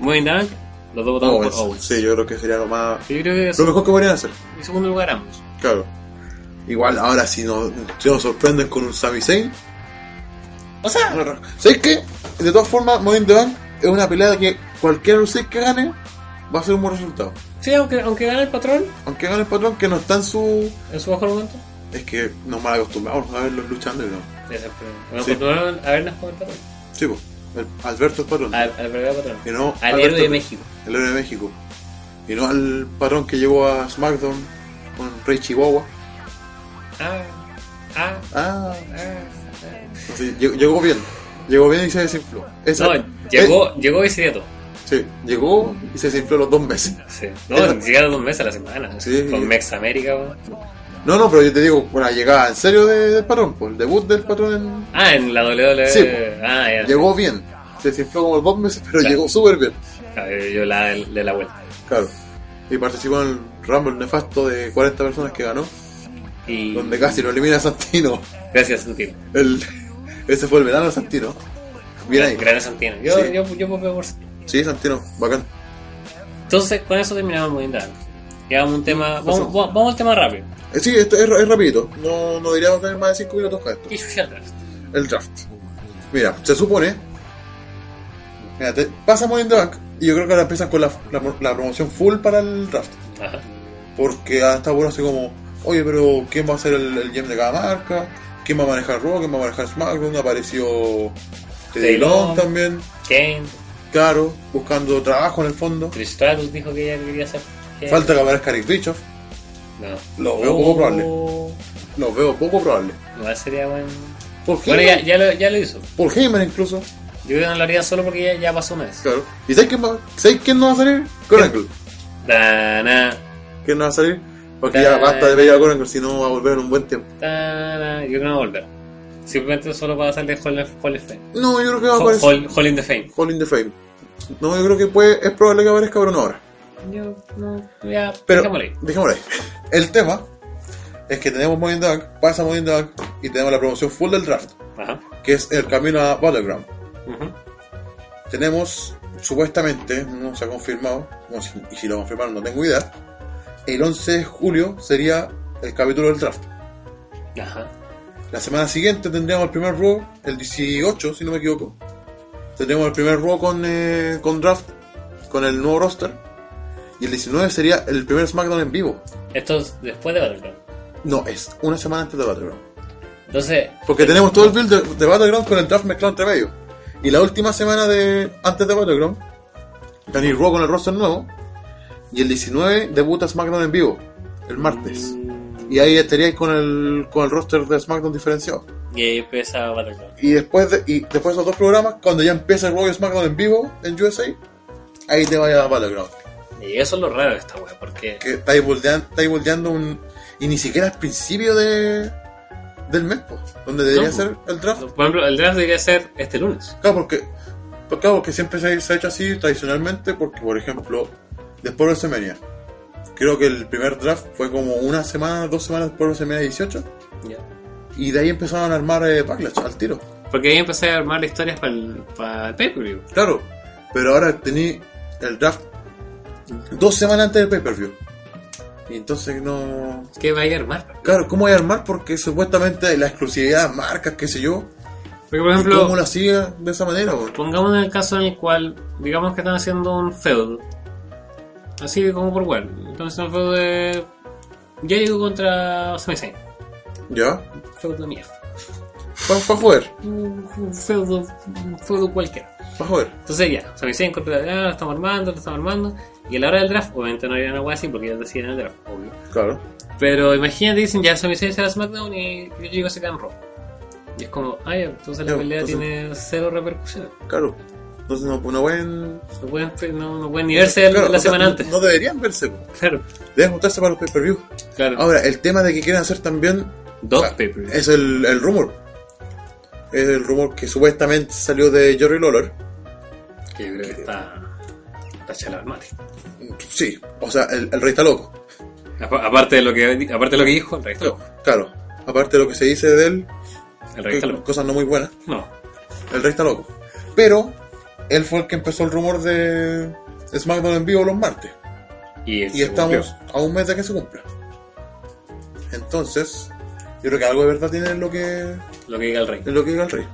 Speaker 2: Muy bien, Dan, los dos votamos
Speaker 3: Owens.
Speaker 2: por Owens.
Speaker 3: Oh, Sí, yo creo que sería lo más.
Speaker 2: Yo creo que es
Speaker 3: Lo mejor que podrían hacer.
Speaker 2: en segundo lugar ambos.
Speaker 3: Claro. Igual, ahora si nos, si nos sorprenden con un Sami Zayn,
Speaker 2: O sea,
Speaker 3: ¿Sabes qué? De todas formas, Money in the Bank es una pelea que cualquiera de ustedes que gane va a ser un buen resultado.
Speaker 2: sí, aunque, aunque gane el patrón
Speaker 3: Aunque gane el patrón, que no está en su.
Speaker 2: en su mejor momento.
Speaker 3: Es que nos mal acostumbramos a verlos luchando, ¿no?
Speaker 2: Nos
Speaker 3: Sí.
Speaker 2: acostumbraron a vernos con el patrón.
Speaker 3: Sí, pues. el- Alberto es patrón.
Speaker 2: Al, al verdadero patrón.
Speaker 3: y no
Speaker 2: Al
Speaker 3: Alberto-
Speaker 2: héroe de México.
Speaker 3: El héroe de México. Y no al patrón que llevó a SmackDown con Rey Chihuahua.
Speaker 2: Ah, ah,
Speaker 3: Ah,
Speaker 2: ah.
Speaker 3: entonces, llegó, llegó bien. Llegó bien y se desinfló. Esa-
Speaker 2: No, llegó, llegó ese día todo.
Speaker 3: eh, sí, llegó y se desinfló los dos meses.
Speaker 2: Sí. No, ni siquiera dos meses a la semana.
Speaker 3: Sí.
Speaker 2: Con Mex América, weón.
Speaker 3: No, no, pero yo te digo, bueno, la llegada en serio de- del patrón, pues el debut del patrón en,
Speaker 2: Ah, en la WWE.
Speaker 3: Sí.
Speaker 2: Ah, ya.
Speaker 3: Llegó bien. Se desinfló como dos meses, pero
Speaker 2: Claro.
Speaker 3: llegó súper bien.
Speaker 2: Ah, yo- yo la de la vuelta.
Speaker 3: Claro. Y participó en el Rumble nefasto de 40 personas que ganó,
Speaker 2: Y...
Speaker 3: donde casi lo elimina Santino.
Speaker 2: Gracias, Santino.
Speaker 3: El, [LAUGHS] ese fue el verano de Santino. Bien ahí.
Speaker 2: Gracias, Santino. Yo,
Speaker 3: Sí.
Speaker 2: yo, yo volví a por Santino.
Speaker 3: Sí, Santino, bacán.
Speaker 2: Entonces, con eso terminamos muy bien. Llevamos un tema. Vamos,
Speaker 3: Pasamos.
Speaker 2: va- vamos al tema rápido.
Speaker 3: Eh, sí, esto es, es rapidito. No, no diríamos tener más de 5 minutos para esto.
Speaker 2: ¿Qué chucha atrás?
Speaker 3: El draft. Mira, se supone. Mira, te, pasa Money in the Bank. Y yo creo que ahora empiezan con la- la, la promoción full para el draft.
Speaker 2: Ajá.
Speaker 3: Porque hasta bueno así como, oye, pero ¿quién va a ser el, el GM de cada marca? ¿Quién va a manejar Raw? ¿Quién va a manejar SmackDown? Apareció
Speaker 2: Teddy
Speaker 3: Teddy
Speaker 2: Long.
Speaker 3: Long también,
Speaker 2: Kane,
Speaker 3: claro, buscando trabajo en el fondo.
Speaker 2: Trish Stratus dijo que ella quería hacer. que-
Speaker 3: Falta que aparezca Eric Bischoff,
Speaker 2: No.
Speaker 3: Lo veo poco probable. lo veo poco probable.
Speaker 2: No, sería buen.
Speaker 3: Por
Speaker 2: Bueno,
Speaker 3: Heyman,
Speaker 2: ya, ya, lo, ya lo hizo.
Speaker 3: por Heyman incluso,
Speaker 2: Yo creo que no lo haría solo porque ya, ya pasó una vez.
Speaker 3: claro. ¿Y sabes quién, va, sabes quién no va a salir? Coracle.
Speaker 2: Tana,
Speaker 3: ¿Quién no va a salir? Porque ya basta de pedir a Coracle, si no va a volver en un buen tiempo.
Speaker 2: tana. Yo creo que no va a volver. Simplemente solo para salir de Hall of- Hall of Fame.
Speaker 3: No, yo creo que va a
Speaker 2: Hall,
Speaker 3: aparecer
Speaker 2: Hall- Hall in the Fame.
Speaker 3: Hall in the Fame. No, yo creo que puede, es probable que aparezca Bruno ahora.
Speaker 2: Yo, no, ya,
Speaker 3: Pero,
Speaker 2: dejémoslo ahí.
Speaker 3: dejémoslo ahí. El tema es que tenemos Money in the Bank, pasa Money in the Bank y tenemos la promoción full del draft.
Speaker 2: Ajá.
Speaker 3: que es el camino a Battleground.
Speaker 2: Ujú.
Speaker 3: Tenemos, supuestamente, no se ha confirmado, no, si- y si lo confirmaron no tengo idea, el 11 de julio sería el capítulo del draft.
Speaker 2: Ajá.
Speaker 3: La semana siguiente tendríamos el primer robo, el 18, si no me equivoco. Tendríamos el primer robo con, eh, con draft, con el nuevo roster. Y el 19 sería el primer SmackDown en vivo.
Speaker 2: Esto es después de Battleground.
Speaker 3: No, es una semana antes de Battleground.
Speaker 2: Entonces,
Speaker 3: Porque tenemos todo el build de, de Battleground con el draft mezclado entre medio. Y la última semana de antes de Battleground, Daniel Raw con el roster nuevo. Y el 19 debuta SmackDown en vivo, el martes.
Speaker 2: mm,
Speaker 3: Y ahí estaríais con el, con el roster de SmackDown diferenciado.
Speaker 2: y ahí empieza Battleground.
Speaker 3: Y después de, y después de esos dos programas, cuando ya empieza el Raw y SmackDown en vivo en USA, ahí te vaya a Battleground.
Speaker 2: Y eso es lo raro de esta wea, porque
Speaker 3: Que estáis boldeando, estáis boldeando un. Y ni siquiera al principio de, del mes, po, donde debería
Speaker 2: No,
Speaker 3: ser el draft.
Speaker 2: por ejemplo, el draft debería ser este lunes.
Speaker 3: Claro, porque, pues claro, porque siempre se, se ha hecho así tradicionalmente, porque por ejemplo, después de WrestleMania, creo que el primer draft fue como una semana, dos semanas después de WrestleMania 18,
Speaker 2: Ya.
Speaker 3: y de ahí empezaron a armar eh, Backlash al tiro.
Speaker 2: Porque ahí empecé a armar historias para el, para el pay-per-view.
Speaker 3: Claro, pero ahora tení el draft dos semanas antes del pay-per-view. Y entonces no...
Speaker 2: ¿Qué vaya a armar?
Speaker 3: Claro, ¿cómo voy a armar? Porque supuestamente la exclusividad, marcas, qué sé yo,
Speaker 2: Porque, por
Speaker 3: ¿y
Speaker 2: ejemplo,
Speaker 3: ¿cómo lo hacía de esa manera? bro?
Speaker 2: Pongamos en el caso en el cual, digamos que están haciendo un feud. Así como por cual. Entonces un feud de Jericho contra Sami Zayn.
Speaker 3: ¿Ya?
Speaker 2: Un feud de mierda.
Speaker 3: Para joder,
Speaker 2: Un un feudo, un feudo cualquiera.
Speaker 3: para joder.
Speaker 2: Entonces ya, Sami Zayn contra ah, lo estamos armando, lo estamos armando. Y a la hora del draft, obviamente no haría una hueá así porque ellos deciden el draft, obvio.
Speaker 3: Claro.
Speaker 2: Pero imagínate, dicen ya Sami Zayn se va a SmackDown y Jericho se queda en Raw. Y es como, ay, entonces la
Speaker 3: Ya,
Speaker 2: pelea
Speaker 3: entonces-
Speaker 2: tiene cero repercusiones.
Speaker 3: Claro. Entonces no, no pueden...
Speaker 2: No pueden, no, no pueden ni verse el-
Speaker 3: Claro,
Speaker 2: la
Speaker 3: o sea,
Speaker 2: semana
Speaker 3: no-
Speaker 2: antes.
Speaker 3: No deberían verse. bro.
Speaker 2: Claro,
Speaker 3: Deben juntarse para los pay-per-view.
Speaker 2: claro.
Speaker 3: Ahora, el tema de que quieren hacer también
Speaker 2: Dos
Speaker 3: Ah,
Speaker 2: papers.
Speaker 3: Es el, el rumor. Es el rumor que supuestamente salió de Jerry Lawler.
Speaker 2: Que yo creo que está. Está chalado al mate.
Speaker 3: Sí, o sea, el, el rey está loco.
Speaker 2: Apa- Aparte de lo que, aparte de lo que dijo, el rey está loco.
Speaker 3: Claro, aparte de lo que se dice de él,
Speaker 2: El rey está
Speaker 3: que-
Speaker 2: loco.
Speaker 3: cosas no muy buenas,
Speaker 2: No.
Speaker 3: el rey está loco. Pero él fue el que empezó el rumor de SmackDown en vivo los martes.
Speaker 2: Y, él
Speaker 3: Y
Speaker 2: se
Speaker 3: estamos
Speaker 2: cumplió.
Speaker 3: a un mes de que se cumpla. Entonces, yo creo que algo de verdad tiene en lo que, en
Speaker 2: Lo que diga el rey.
Speaker 3: lo que diga el rey.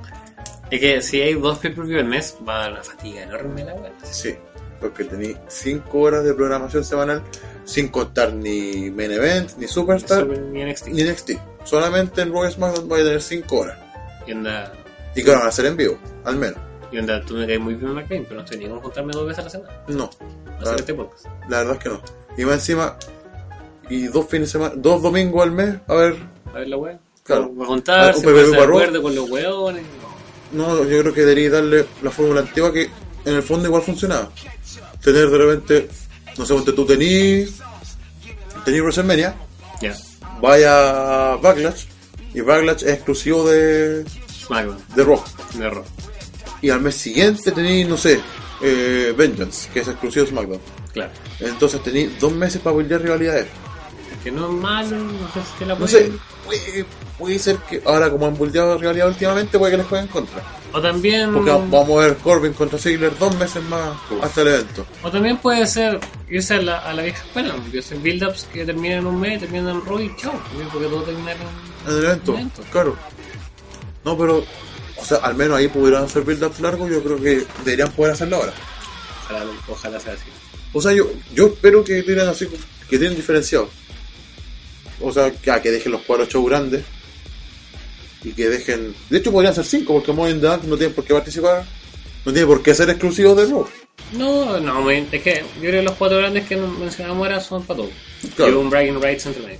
Speaker 2: Es que si hay dos pay per view al mes, va a dar una fatiga enorme la web.
Speaker 3: Sí, porque tení 5 horas de programación semanal sin contar ni main event, ni superstar,
Speaker 2: Ni NXT.
Speaker 3: ni NXT. Solamente en Raw y SmackDown voy a tener 5 horas.
Speaker 2: Y onda,
Speaker 3: Y claro, van a ser en vivo, al menos.
Speaker 2: y onda, tú me caes muy bien, McCain, pero no estoy ni con juntarme dos veces a la semana.
Speaker 3: No,
Speaker 2: a
Speaker 3: Claro.
Speaker 2: Hacer este podcast.
Speaker 3: la verdad es que no. Y más encima, y dos fines de semana, dos domingos al mes, a ver,
Speaker 2: A ver la web.
Speaker 3: Claro.
Speaker 2: Va a juntarse,
Speaker 3: Un pay per view
Speaker 2: ponerse de
Speaker 3: para Raw.
Speaker 2: acuerdo con los hueones. no.
Speaker 3: no, yo creo que debería darle la fórmula antigua que en el fondo igual funcionaba. Tener de repente, no sé, ponte tú tenís, tenís WrestleMania,
Speaker 2: Ya.
Speaker 3: vaya a Backlash, y Backlash es exclusivo de,
Speaker 2: SmackDown.
Speaker 3: de Raw.
Speaker 2: De Raw.
Speaker 3: Y al mes siguiente tenéis, no sé, eh, Vengeance, que es exclusivo de SmackDown.
Speaker 2: Claro.
Speaker 3: Entonces tenéis dos meses para buildear rivalidades.
Speaker 2: Que no es malo, no sé si te la
Speaker 3: No
Speaker 2: pueden.
Speaker 3: sé, puede, puede ser que ahora como han buildeado rivalidades últimamente, puede que les jueguen contra.
Speaker 2: O también.
Speaker 3: Porque vamos a ver Corbin contra Ziggler dos meses más hasta el evento.
Speaker 2: O también puede ser irse a la, a la vieja escuela, porque son build-ups que terminan en un mes, terminan en Raw y chao, también porque todo termina en
Speaker 3: En el evento,
Speaker 2: Evento.
Speaker 3: claro. No, pero, o sea, al menos ahí pudieran hacer build-ups largos, yo creo que deberían poder hacerlo ahora.
Speaker 2: Ojalá, ojalá sea así.
Speaker 3: O sea, yo, yo espero que tienen así, que tienen diferenciado. O sea, que, ah, que dejen los cuadros show grandes. Y que dejen. De hecho, podrían ser cinco, porque Modern Dance no tiene por qué participar. No tiene por qué ser exclusivo de Raw.
Speaker 2: No, no, men, es que yo creo que los cuatro grandes que mencionamos ahora son para todos.
Speaker 3: Claro.
Speaker 2: Y un Bragging Rights entre medio.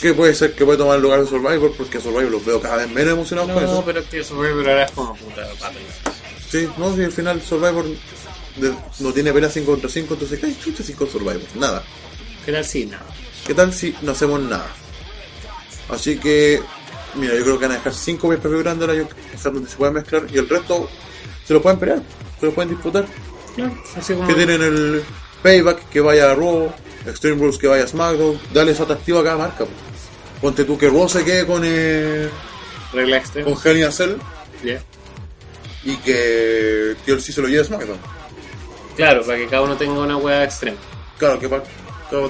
Speaker 3: Que puede ser que puede tomar el lugar de Survivor, porque Survivor los veo cada vez menos emocionados con
Speaker 2: No,
Speaker 3: eso.
Speaker 2: pero que Survivor ahora es como puta pato.
Speaker 3: Sí, no, si al final Survivor de- no tiene pelea 5 contra 5, entonces, ¿qué chucha 5 Survivor? Nada.
Speaker 2: ¿Qué tal si nada?
Speaker 3: ¿Qué tal si no hacemos nada? Así que, mira, yo creo que van a dejar 5 veces grandes ahora, yo dejar donde se pueden mezclar y el resto se lo pueden pelear, se lo pueden disputar.
Speaker 2: Claro, así como.
Speaker 3: Que tienen el Payback que vaya a Raw, Extreme Rules que vaya a SmackDown, dale esa atractivo a cada marca. po. Ponte tú que Raw se quede con, eh,
Speaker 2: Regla extrema.
Speaker 3: con Hell in a Cell
Speaker 2: Ya.
Speaker 3: y que TLC se lo lleve a SmackDown.
Speaker 2: Claro, para que cada uno tenga una hueá extrema.
Speaker 3: Claro, que para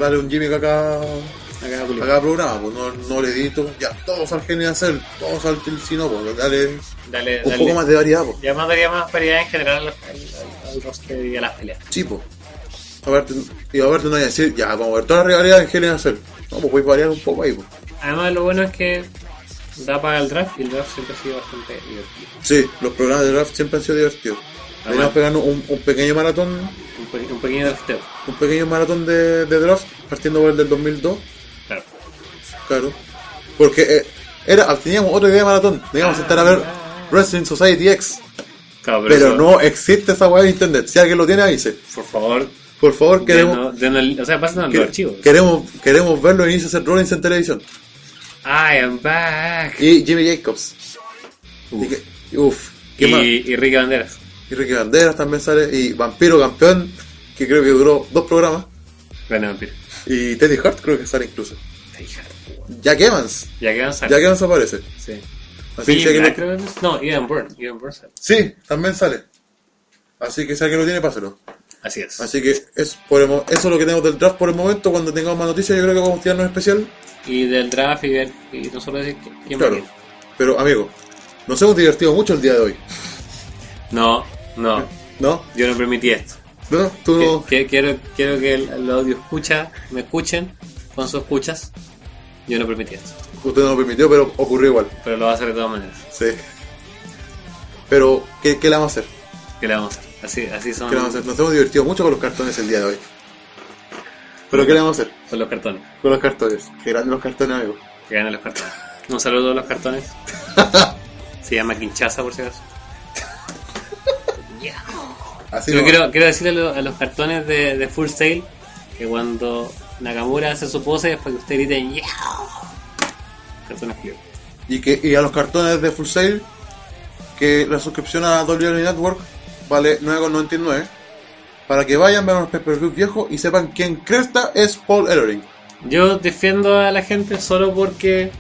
Speaker 3: darle un gimmick a cada,
Speaker 2: A cada
Speaker 3: a
Speaker 2: culiao.
Speaker 3: cada programa, pues no, no le di todo, ya todos al Gene hacer, todos al TLC no, pues dale un
Speaker 2: Dale,
Speaker 3: poco
Speaker 2: dale.
Speaker 3: más de variedad, pues.
Speaker 2: Ya más daría más variedad en general al, al- al roster y a las peleas.
Speaker 3: Sí, pues. Aparte, y aparte no voy a decir, ya, vamos a ver todas las rivalidades en Gene hacer. No, pues voy a variar un poco ahí, pues.
Speaker 2: Además, lo bueno es que da para el draft y el draft siempre ha sido bastante divertido.
Speaker 3: Sí, los programas de draft siempre han sido divertidos.
Speaker 2: Ah,
Speaker 3: Además, pegando un, un pequeño maratón,
Speaker 2: Un, pe- un pequeño drafteo.
Speaker 3: un pequeño maratón de, de draft, partiendo por el del 2002,
Speaker 2: Claro.
Speaker 3: claro. Porque eh, era, teníamos otra idea de maratón, teníamos
Speaker 2: Ah,
Speaker 3: que estar a ver Wrestling Society X,
Speaker 2: Claro,
Speaker 3: pero,
Speaker 2: eso-
Speaker 3: no existe esa weá de internet. Si alguien lo tiene, avise.
Speaker 2: Por favor,
Speaker 3: Por favor, queremos,
Speaker 2: denos- denos el- o sea, pásenos
Speaker 3: que-
Speaker 2: los archivos.
Speaker 3: queremos, queremos verlo en Inicio Seth Rollins en televisión.
Speaker 2: I am back.
Speaker 3: Y Jimmy Jacobs.
Speaker 2: Uf.
Speaker 3: Y que, uf,
Speaker 2: Y,
Speaker 3: qué mal.
Speaker 2: y Ricky Banderas.
Speaker 3: Y Ricky Banderas también sale. Y Vampiro Campeón, que creo que duró dos programas.
Speaker 2: Bueno, mentira.
Speaker 3: Y Teddy Hart creo que sale incluso.
Speaker 2: Fíjate, weón.
Speaker 3: Jack Evans.
Speaker 2: Ya quedan sal.
Speaker 3: Jack Evans aparece.
Speaker 2: Sí.
Speaker 3: Así que si alguien
Speaker 2: Black,
Speaker 3: lo-
Speaker 2: creo que es. No, Ian Byrne. Ian Byrne sale.
Speaker 3: Sí, también sale. Así que si alguien lo tiene, páselo.
Speaker 2: Así es.
Speaker 3: Así que es por el mo- eso es lo que tenemos del draft por el momento. Cuando tengamos más noticias, yo creo que vamos a tirarnos especial.
Speaker 2: Y del draft y, del, y no solo decir que- quién va a
Speaker 3: Claro.
Speaker 2: quién.
Speaker 3: Pero, amigo, nos hemos divertido mucho el día de hoy.
Speaker 2: No, no.
Speaker 3: ¿No?
Speaker 2: Yo no permití esto.
Speaker 3: ¿No? Tú no-
Speaker 2: Que- que- quiero, quiero que el, el audio escucha, me escuchen con sus escuchas. Yo no permití esto.
Speaker 3: usted no lo permitió, pero ocurrió igual.
Speaker 2: Pero lo va a hacer de todas maneras.
Speaker 3: Sí. Pero, ¿qué, qué le vamos a hacer?
Speaker 2: Que le vamos a hacer. Así, así son
Speaker 3: ¿Qué le vamos a hacer? Nos hemos divertido mucho con los cartones el día de hoy. Pero, ¿qué le vamos a hacer?
Speaker 2: son los cartones.
Speaker 3: Con los cartones. Qué grandes los cartones, amigo.
Speaker 2: Que ganan los
Speaker 3: [LAUGHS]
Speaker 2: cartones. Un saludo a los cartones. Se llama Quinchaza, por si acaso.
Speaker 3: Así
Speaker 2: Pero
Speaker 3: no-
Speaker 2: quiero, quiero decirle a lo- a los, cartones de, de Full Sail que cuando Nakamura hace su pose, después que usted grite ¡Yeah! Cartones que
Speaker 3: y, que, y a los cartones de Full Sail, que la suscripción a WWE Network vale 9,99. Para que vayan, vean los pay-per-view viejos y sepan quién cresta es Paul Ellering.
Speaker 2: Yo defiendo a la gente solo porque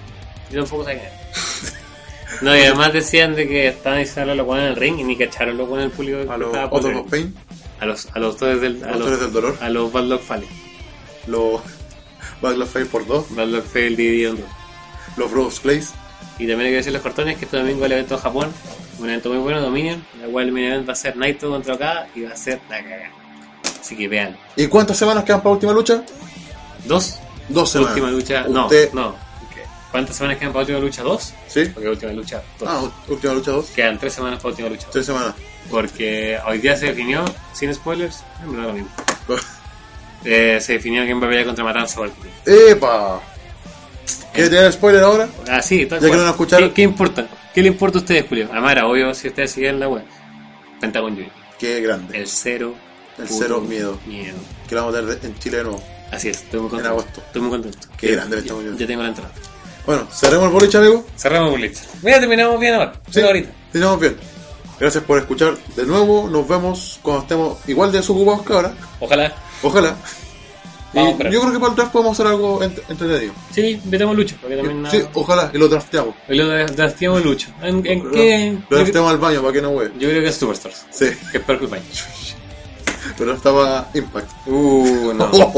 Speaker 2: yo tampoco sabía. quién era.
Speaker 3: [LAUGHS]
Speaker 2: No, y además decían de que estaban diciendo los buenos en el ring y ni cacharon los buenos en el público. que
Speaker 3: A los
Speaker 2: estaba por
Speaker 3: Autos
Speaker 2: el
Speaker 3: of
Speaker 2: ring.
Speaker 3: Pain,
Speaker 2: A los, a los autores del, Ah, pues a
Speaker 3: Autores
Speaker 2: los,
Speaker 3: del Dolor.
Speaker 2: A los Bad Luck Fale.
Speaker 3: los [LAUGHS] Backlash Fail por 2,
Speaker 2: Bad Luck Fale dividido en dos.
Speaker 3: los Bros Place.
Speaker 2: Y también hay que decir los cartones que este domingo el evento de Japón, un evento muy bueno, Dominion, en el cual el main event va a ser Naito contra Okada y va a ser la cagada. Así que vean.
Speaker 3: ¿Y cuántas semanas quedan para última lucha?
Speaker 2: Dos,
Speaker 3: Dos semanas.
Speaker 2: última lucha,
Speaker 3: Usted-
Speaker 2: no, no. Ok. ¿Cuántas semanas quedan para última lucha? Dos.
Speaker 3: ¿Sí?
Speaker 2: Porque última lucha, dos.
Speaker 3: Ah, última lucha 2.
Speaker 2: Quedan tres semanas para última lucha.
Speaker 3: Tres semanas.
Speaker 2: Porque hoy día se definió, sin spoilers, en verdad lo
Speaker 3: [LAUGHS]
Speaker 2: mismo. Eh, se definió quién va a pelear contra Matanza Valkyrie.
Speaker 3: ¡Epa! ¿Quieres tener spoiler ahora?
Speaker 2: Ah, sí, tal
Speaker 3: Ya que
Speaker 2: cual.
Speaker 3: no lo escucharon.
Speaker 2: ¿Qué, qué importa? ¿Qué le importa a ustedes, Julio? Además, era obvio si ustedes siguen la web. Pentagon Junior.
Speaker 3: Qué grande.
Speaker 2: El cero.
Speaker 3: El
Speaker 2: puto
Speaker 3: cero miedo.
Speaker 2: Miedo.
Speaker 3: Eh, Que lo vamos a tener de- en Chile de nuevo.
Speaker 2: Así es, estoy muy contento.
Speaker 3: agosto.
Speaker 2: Estoy muy contento.
Speaker 3: Qué
Speaker 2: Ya-
Speaker 3: grande el Pentagon
Speaker 2: ya-
Speaker 3: Junior.
Speaker 2: Ya tengo la entrada.
Speaker 3: Bueno, cerremos el boliche, amigo.
Speaker 2: Cerramos, Julito. Mira, terminamos bien ahora.
Speaker 3: Sí,
Speaker 2: Sí, ahorita.
Speaker 3: Terminamos bien. Gracias por escuchar de nuevo. Nos vemos cuando estemos igual de desocupados que ahora.
Speaker 2: Ojalá.
Speaker 3: Ojalá. Y
Speaker 2: Vamos, pero-
Speaker 3: yo creo que para el draft podemos hacer algo ent- entretenido.
Speaker 2: Sí, metemos Lucho. Porque también
Speaker 3: Sí,
Speaker 2: nada.
Speaker 3: ojalá. Y lo drafteamos.
Speaker 2: Hoy lo dra- drafteamos Lucho. ¿En, en
Speaker 3: Lo-
Speaker 2: qué?
Speaker 3: Lo
Speaker 2: Yo, creo-
Speaker 3: drafteamos al baño para que no hueve.
Speaker 2: yo creo que es Superstars.
Speaker 3: Sí,
Speaker 2: Que es Purple Pine.
Speaker 3: pero estaba Impact.
Speaker 2: Uh, no.
Speaker 3: Oh, oh,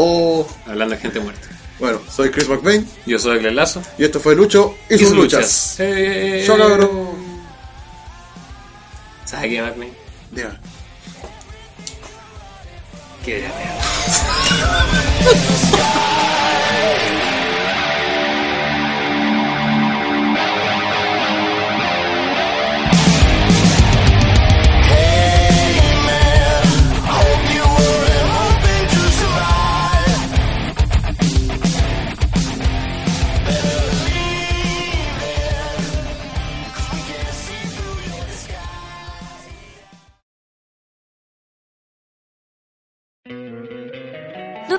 Speaker 3: oh.
Speaker 2: Hablando de gente muerta.
Speaker 3: [LAUGHS] Bueno, soy Chris McVein
Speaker 2: Yo soy Glenn Lazo.
Speaker 3: y esto fue Lucho y, sus luchas.
Speaker 2: Eh,
Speaker 3: Chao, cabrón.
Speaker 2: ¿Sabes qué, Batman?
Speaker 3: Diga.
Speaker 2: Que de la mierda.
Speaker 4: ¿No